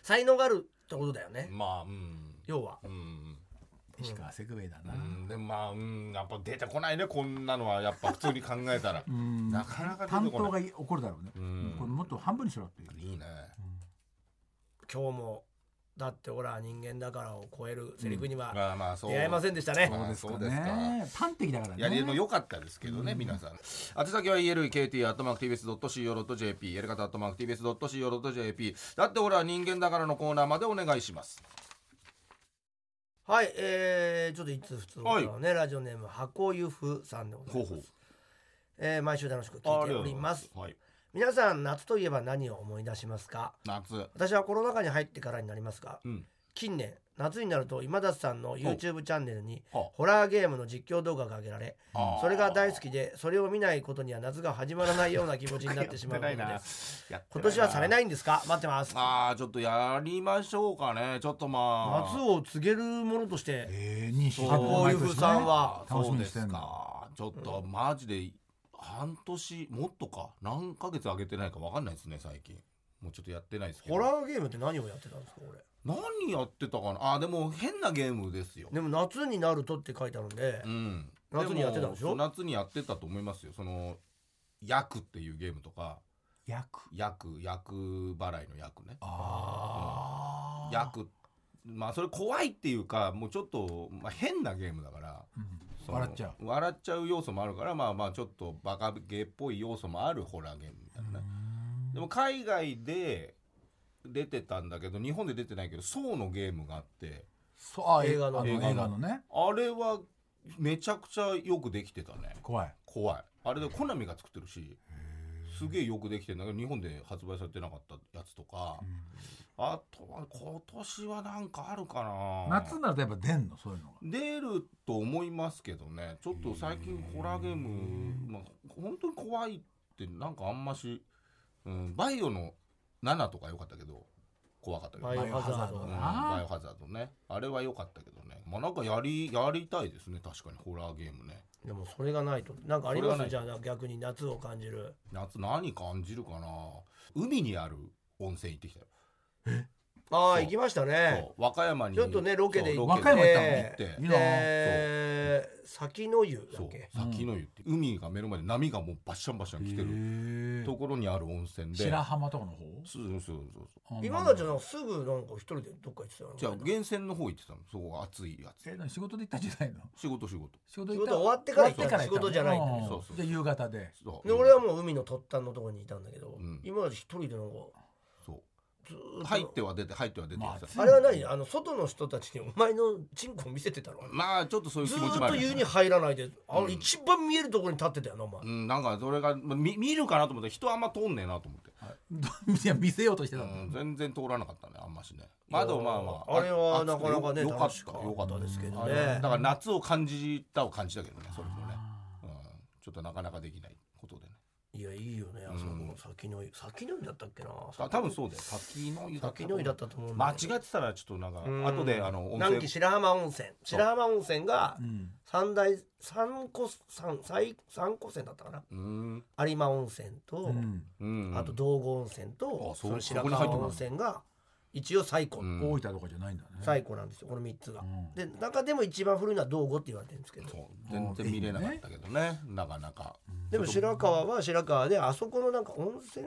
Speaker 1: 才能があるってことだよね
Speaker 4: まあ、うん。
Speaker 1: 要は
Speaker 4: うん。
Speaker 3: 石川セグウェイだな
Speaker 4: うん、でもまあ、うん、やっぱ出てこないね、こんなのは、やっぱ普通に考えたら。
Speaker 3: ん
Speaker 4: なかなか出
Speaker 3: 担
Speaker 4: て
Speaker 3: 当
Speaker 4: こな
Speaker 3: が
Speaker 4: い。
Speaker 3: 怒るだろうね
Speaker 4: うん
Speaker 3: これもっと半分にしろっていう
Speaker 4: いいね。
Speaker 1: 今日もだってほら人間だからを超えるセリフには
Speaker 4: まあまあ、そう。
Speaker 1: 出会えませんでしたね、
Speaker 4: そうですかね。
Speaker 3: ね端的だからね
Speaker 4: やりの良かったですけどね、皆さん。
Speaker 2: 宛先は elkt.mactvs.co.jp やり方 .mactvs.co.jp だって俺は人間だからのコーナーまでお願いします
Speaker 1: はい、えー、ちょっといつ普通
Speaker 2: はい
Speaker 1: のね、ラジオネーム箱ゆふさんでございます。
Speaker 2: ほうほう
Speaker 1: えー毎週楽しく聞いております。
Speaker 4: はい。
Speaker 1: 皆さん夏といえば何を思い出しますか。
Speaker 4: 夏。
Speaker 1: 私はコロナ禍に入ってからになりますが、
Speaker 2: うん
Speaker 1: 近年夏になると今田さんの YouTube チャンネルに
Speaker 2: は
Speaker 1: ホラーゲームの実況動画が上げられ、
Speaker 4: あー
Speaker 1: それが大好きで、それを見ないことには夏が始まらないような気持ちになってしまう のです。
Speaker 4: やって
Speaker 1: 今年はされ
Speaker 4: い。
Speaker 1: ないんですか。待ってます。
Speaker 2: ああちょっとやりましょうかねちょっとまあ
Speaker 1: 夏を告げるものとして、
Speaker 3: えーにし
Speaker 1: 箱ゆふさんは
Speaker 3: 楽し
Speaker 2: そう
Speaker 3: み
Speaker 2: で
Speaker 3: にして
Speaker 2: す
Speaker 3: んだ
Speaker 2: かちょっとマジで半年もっとか何ヶ月上げてないかわかんないですね最近もうちょっとやってないですけど
Speaker 1: ホラーゲームって何をやってたんですか、俺。
Speaker 2: 何やってたかなあでも変なゲームですよ
Speaker 1: でも夏になるとって書いてあるんで、
Speaker 2: うん
Speaker 1: 夏にやってたんでしょ
Speaker 2: も夏にやってたと思いますよその役っていうゲームとか
Speaker 3: 役
Speaker 2: 役役払いの役ね
Speaker 1: あー
Speaker 2: 役まあそれ怖いっていうかもうちょっと、まあ、変なゲームだから
Speaker 3: うん
Speaker 2: その
Speaker 3: 笑っちゃう
Speaker 2: 笑っちゃう要素もあるからまあまあちょっとバカゲーっぽい要素もあるホラーゲームみたいなねでも海外で出てたんだけど日本で出てないけど「ソーのゲームがあって
Speaker 3: そうあ
Speaker 1: 映画の
Speaker 3: あ
Speaker 2: 映画の
Speaker 3: 映画のね
Speaker 2: あれはめちゃくちゃよくできてたね
Speaker 3: 怖い
Speaker 2: 怖いあれでコナミが作ってるしすげえよくできてんだけど日本で発売されてなかったやつとか、あとは今年はなんかあるかな
Speaker 3: 夏になるとやっぱ出んのそういうのが
Speaker 2: 出ると思いますけどねちょっと最近ホラーゲーム、まあ、本当に怖いってなんかあんまし、うん、バイオの7とか良かったけど怖かったけど
Speaker 1: バイオハザード
Speaker 2: う
Speaker 1: だ
Speaker 2: ん
Speaker 3: な
Speaker 2: バイオハザードねあれは良かったけどねまあなんかやりやりたいですね確かにホラーゲームね
Speaker 1: でもそれがないとなんかありま
Speaker 2: それがな
Speaker 1: す
Speaker 2: い
Speaker 1: じゃあ逆に夏を感じる
Speaker 2: 夏何感じるかな海にある温泉行ってきたよ、
Speaker 1: あ
Speaker 2: そ
Speaker 1: あ
Speaker 2: う
Speaker 1: 行きましたね
Speaker 2: そう和歌山に
Speaker 1: ちょっとねロケで
Speaker 2: そう
Speaker 3: 和歌山行ったの
Speaker 2: 行って
Speaker 3: いいな
Speaker 1: で先の湯だ
Speaker 2: そ
Speaker 1: っ
Speaker 2: う
Speaker 1: け
Speaker 2: 先の湯って海が目の前で波がもうバッシャンバッシャン来てる
Speaker 3: る
Speaker 2: ところにある温泉で
Speaker 3: 白浜とかの方
Speaker 2: そうそうそうそう
Speaker 1: 今だちゃんなんかすぐなんか一人でどっか行ってたよね
Speaker 2: じゃあ源泉の方行ってたのそこが暑いやつ
Speaker 3: え何仕事で行ったんじゃないの
Speaker 2: 仕事仕事
Speaker 3: 仕事
Speaker 1: 仕
Speaker 3: 行
Speaker 1: 事
Speaker 3: った
Speaker 1: 終わってから行
Speaker 3: 終わ
Speaker 1: っ
Speaker 3: っ
Speaker 1: の
Speaker 3: たたの
Speaker 1: 仕事じゃないんだ
Speaker 3: うん
Speaker 1: ね
Speaker 2: そうそう
Speaker 3: じゃあ夕方で
Speaker 2: そう
Speaker 1: で俺はもう海の突端のところにいたんだけど、
Speaker 2: うん
Speaker 1: 今だち一人でなんか
Speaker 2: そ
Speaker 1: ずーっ
Speaker 2: う
Speaker 1: と
Speaker 2: 入っては出て入っては出て
Speaker 3: まあ
Speaker 2: さ
Speaker 1: あれは何あの外の人たちにお前のチンコ見せてたの
Speaker 2: まあちょっとそういう
Speaker 1: ず
Speaker 2: 気持ち
Speaker 1: ー
Speaker 2: も
Speaker 1: っ
Speaker 2: あ
Speaker 1: と
Speaker 2: る
Speaker 1: 湯に入らないであの一番見えるところに立ってたよなお前
Speaker 2: うんなんかそれがまあ見見るかなと思って人あんま通んねえなと思って、
Speaker 3: いや見せようとしてたん
Speaker 2: う
Speaker 3: だ
Speaker 2: ん、全然通らなかったねあんましねまああとまあまあ
Speaker 1: あれはなかなかね
Speaker 2: よよかっ
Speaker 1: 楽しか
Speaker 2: た
Speaker 1: った
Speaker 2: よかった
Speaker 1: ですけどね
Speaker 2: あれはだから夏を感じたを感じたけどねそれもね、うん、ちょっとなかなかできないことでね
Speaker 1: いやいいよねあそこ先の湯先の湯だったっけな
Speaker 2: あ多分そうだよ滝の湯だった
Speaker 1: 先の湯だったと思うん
Speaker 2: 間違
Speaker 1: だけど
Speaker 2: ってたらちょっとなんか
Speaker 1: ん
Speaker 2: 後であの温
Speaker 1: 南紀
Speaker 2: 泉
Speaker 1: 白浜温泉白浜温泉が
Speaker 3: うん
Speaker 1: 三大三個三最三個線だったかな
Speaker 2: うん
Speaker 1: 有馬温泉と、
Speaker 3: うん
Speaker 2: うん
Speaker 1: あと道後温泉
Speaker 2: あ
Speaker 1: と
Speaker 2: そう
Speaker 1: その白
Speaker 2: そこに入って
Speaker 1: 川
Speaker 2: もら
Speaker 1: 温
Speaker 2: う
Speaker 1: 泉が一応最古、
Speaker 2: うん
Speaker 3: 大分とかじゃないんだね
Speaker 1: 最古なんですよこの三つが、
Speaker 3: ん
Speaker 1: で中でも一番古いのは道後って言われてるんですけど
Speaker 2: そう全然見れなかったけどねなかなか
Speaker 1: でも白川は白川であそこのなんか温泉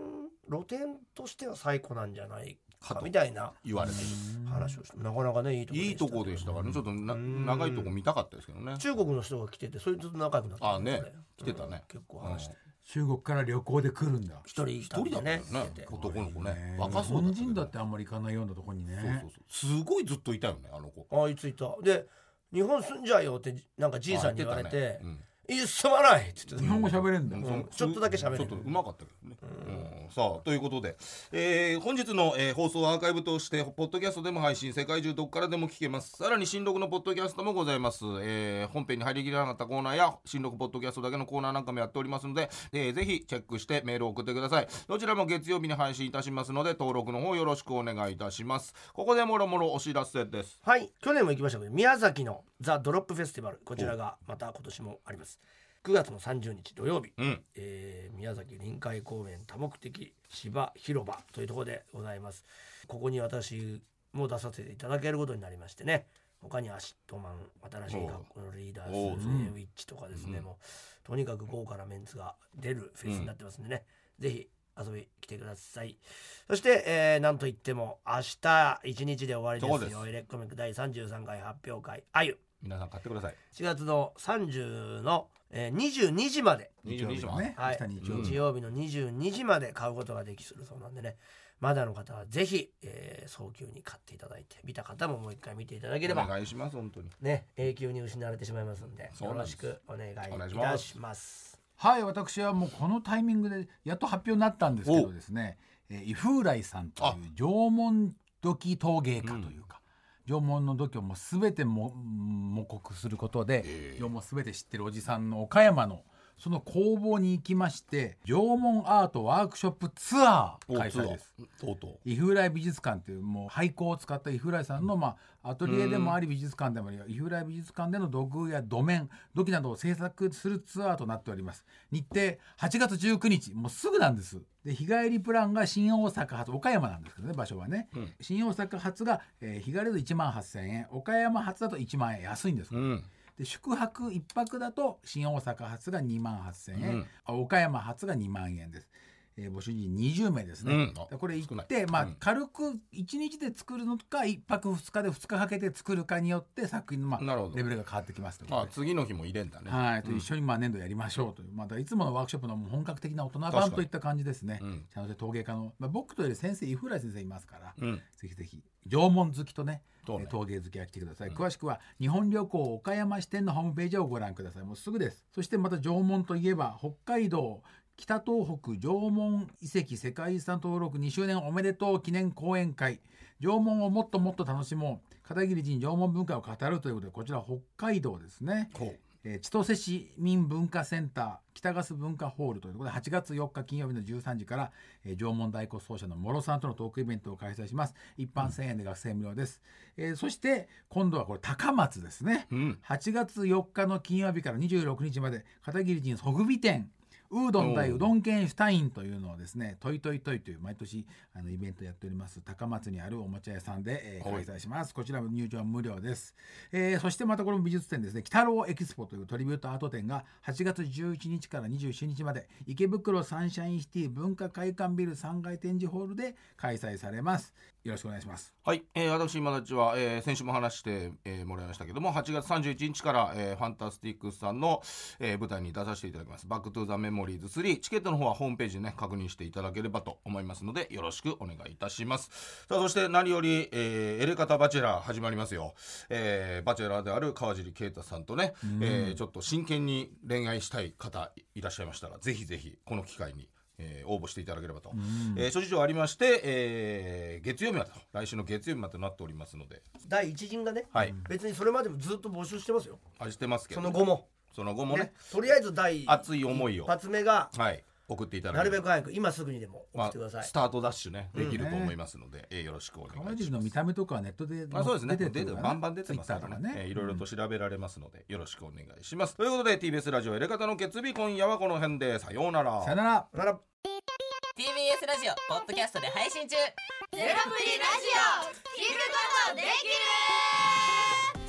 Speaker 1: 露天としては最古なんじゃないかみたいな
Speaker 2: 言われてる
Speaker 1: 話をしてなかなかねいいとこ
Speaker 2: いいとこ
Speaker 1: で
Speaker 2: で
Speaker 1: し
Speaker 2: したからねちょっとな長いとこ見たかったですけどね
Speaker 1: た中国の人が来ててそいつと仲良くなった
Speaker 2: あね
Speaker 1: これ
Speaker 2: 来てたね
Speaker 1: 結構話して
Speaker 3: 中国から旅行で来るんだ
Speaker 1: 一人一
Speaker 2: 一人だったよね
Speaker 1: てて
Speaker 2: 男の子ね
Speaker 3: ね
Speaker 2: 若そう
Speaker 3: 日
Speaker 2: だっ
Speaker 3: 本
Speaker 2: たけ
Speaker 3: 人
Speaker 2: ど
Speaker 3: だってあんまり行かないようなとこにね
Speaker 2: そうそうそうすごいずっといたよねあの子
Speaker 1: あいついたで日本住んじゃえよってなんかじいさんに言われ
Speaker 2: あ言って
Speaker 1: て
Speaker 2: たね
Speaker 1: 「いい住まない」って言って
Speaker 3: 日本語喋れんだ
Speaker 1: ちょっとだけ喋れる
Speaker 2: ちょっとうまかったけどねうんさあということで、えー本日の、えー放送はアーカイブとしてポッドキャストでも配信世界中どこからでも聞けますさらに新録のポッドキャストもございます、えー本編に入りきらなかったコーナーや新録ポッドキャストだけのコーナーなんかもやっておりますので、えーぜひチェックしてメールを送ってくださいどちらも月曜日に配信いたしますので登録の方よろしくお願いいたしますここでもろもろお知らせです
Speaker 1: はい去年も行きましたけど宮崎のザ・ドロップフェスティバルこちらがまた今年もあります9月の30日土曜日、
Speaker 2: うん
Speaker 1: えー宮崎臨海公園多目的芝広場というところでございますここに私も出させていただけることになりましてね他にアシットマン新しい学校のリーダーズ、
Speaker 2: おう
Speaker 1: ねウィッチとかですね、もうとにかく豪華なメンツが出るフェスになってますんでね、ぜひ遊びに来てくださいそして、えーなんといっても明日一日で終わり
Speaker 2: そ
Speaker 1: で
Speaker 2: う
Speaker 1: す
Speaker 2: で
Speaker 1: よ
Speaker 2: す
Speaker 1: エレコミック第33回発表会あゆ
Speaker 2: 皆さん買ってください
Speaker 1: 4月の30の、えー22時まで
Speaker 2: 22時まで
Speaker 3: ね
Speaker 1: はい、
Speaker 3: 明日日
Speaker 1: 日
Speaker 3: 曜
Speaker 1: 曜
Speaker 3: 日、
Speaker 1: 日の22時まで買うことができするそうなんでねまだの方はぜひ、えー早急に買っていただいて見た方ももう一回見ていただけれ
Speaker 2: お
Speaker 1: ば
Speaker 2: 願いします本当に
Speaker 1: ね永久に失われてしまいますんで
Speaker 2: そう
Speaker 1: よ
Speaker 2: なん
Speaker 1: ろ
Speaker 2: で
Speaker 1: し
Speaker 2: す
Speaker 1: くお願いい
Speaker 2: お願いしたま
Speaker 1: します
Speaker 3: はい私はもうこのタイミングでやっと発表になったんですけどですね、えー、伊風来さんという
Speaker 2: あ
Speaker 3: 縄文土器陶芸家というか、縄文の土器をもう全ても模刻することで縄文を全て知ってるおじさんの岡山のその工房に行きまして縄文アートワークショップツアー開催です。
Speaker 2: とうとう
Speaker 3: イフライ美術館っていうもう廃校を使ったイフライさんのまあアトリエでもあり美術館でもありイフライ美術館での土偶や土面土器などを制作するツアーとなっております日程8月19日もうすぐなんですで日帰りプランが新大阪発岡山なんですけどね場所はね、新大阪発が、えー日帰りだと1万8000円岡山発だと1万円安いんです
Speaker 2: うん
Speaker 3: で宿泊1泊だと新大阪発が2万8000円、
Speaker 2: うん
Speaker 3: あ岡山発が2万円です、えー、募集人20名ですね、
Speaker 2: うん
Speaker 3: でこれ行
Speaker 2: 少な
Speaker 3: っ
Speaker 2: い
Speaker 3: て、まあ
Speaker 2: うん
Speaker 3: 軽く1日で作るのか1泊2日で2日かけて作るかによって作品の、ま
Speaker 2: なるほ
Speaker 3: あ、
Speaker 2: ど
Speaker 3: レベルが変わってきますということ
Speaker 2: あ
Speaker 3: で
Speaker 2: 次の日も入れんだね
Speaker 3: はい、と一緒にまあ年度やりましょうという、またいつものワークショップのもう本格的な大人版といった感じですね。
Speaker 2: かにうん
Speaker 3: なので陶芸家の、まあ、僕とより先生、イフライ先生いますから、
Speaker 2: うん
Speaker 3: ぜひぜひ縄文好きとね
Speaker 2: そうね
Speaker 3: えー陶芸好きが来てください、詳しくは日本旅行岡山支店のホームページをご覧くださいもうすぐですそしてまた縄文といえば北海道北東北縄文遺跡世界遺産登録2周年おめでとう記念講演会縄文をもっともっと楽しもう片桐人縄文文化を語るということでこちら北海道ですね
Speaker 2: ほう
Speaker 3: えー千歳市民文化センター北ガス文化ホールということで8月4日金曜日の13時から、えー縄文大鼓奏者の諸さんとのトークイベントを開催します一般1000円で学生無料です、えーそして今度はこれ高松ですね、
Speaker 2: うん
Speaker 3: 8月4日の金曜日から26日まで片桐人即備店ウードン対うどん研シュタインというのをですねトイトイトイという毎年あのイベントやっております高松にあるおもちゃ屋さんで、えー
Speaker 2: は
Speaker 3: 開
Speaker 2: い
Speaker 3: 催しますこちらも入場は無料です、えーそしてまたこれも美術展ですね北郎エキスポというトリビュートアート展が8月11日から27日まで池袋サンシャインシティ文化会館ビル3階展示ホールで開催されますよろしくお願いします
Speaker 2: はい、えー、私今立ちは、えー先週も話して、えーもらいましたけども8月31日から、えーファンタスティックスさんの、えー舞台に出させていただきます「バック・トゥ・ザ・メモリーズ3」チケットの方はホームページでね確認していただければと思いますのでよろしくお願いいたしますさあそして何より、えーエレカタ・バチェラー始まりますよ、えーバチェラーである川尻啓太さんとね、えーちょっと真剣に恋愛したい方いらっしゃいましたらぜひぜひこの機会にえー応募していただければと、えー諸事情ありまして、えー月曜日までと来週の月曜日までとなっておりますので
Speaker 1: 第一陣がね、
Speaker 2: はい
Speaker 1: 別にそれまでもずっと募集してますよ
Speaker 2: あしてますけ
Speaker 1: そ
Speaker 2: ど
Speaker 1: の後も、
Speaker 2: その後も
Speaker 1: ね
Speaker 2: ね
Speaker 1: とりあえず第
Speaker 2: 熱い思いを
Speaker 1: 一発目が
Speaker 2: はい送っていただ
Speaker 1: な
Speaker 2: け
Speaker 1: るべ
Speaker 2: れば
Speaker 1: く早く今すぐにでも送
Speaker 2: ま
Speaker 1: っ
Speaker 2: あ
Speaker 1: てください、
Speaker 2: スタートダッシュねできると思いますので、えーよろしくお願いしま
Speaker 3: 川
Speaker 2: す
Speaker 3: 尻の見た目とかはネットで
Speaker 2: あそうですね。
Speaker 3: 出
Speaker 2: 出
Speaker 3: て
Speaker 2: て
Speaker 3: る
Speaker 2: る
Speaker 3: から
Speaker 2: バンバン出てますか
Speaker 3: Twitter と
Speaker 2: ら
Speaker 3: か
Speaker 2: ね。えー
Speaker 3: ね
Speaker 2: いろいろと調べられますので、よろしくお願いします。ということで、TBS ラジオエレガタの月日、今夜はこの辺で、さようなら。
Speaker 3: さよなら
Speaker 6: TBS ラジオポッドキャストで配信中ゼロプリラジオ聞くことできる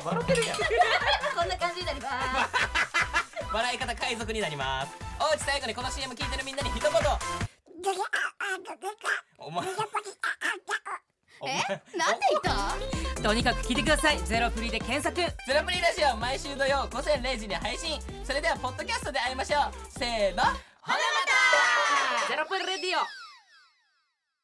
Speaker 6: オ笑ってるやん
Speaker 7: こんな感じになります
Speaker 6: 笑い方海賊になりますおうち最後にこの CM 聞いてるみんなに一言お前
Speaker 8: なんて言った
Speaker 7: とにかく聞いてくださいゼロフリーで検索
Speaker 6: ゼロプリラジオ毎週土曜午前0時に配信それではポッドキャストで会いましょうせーの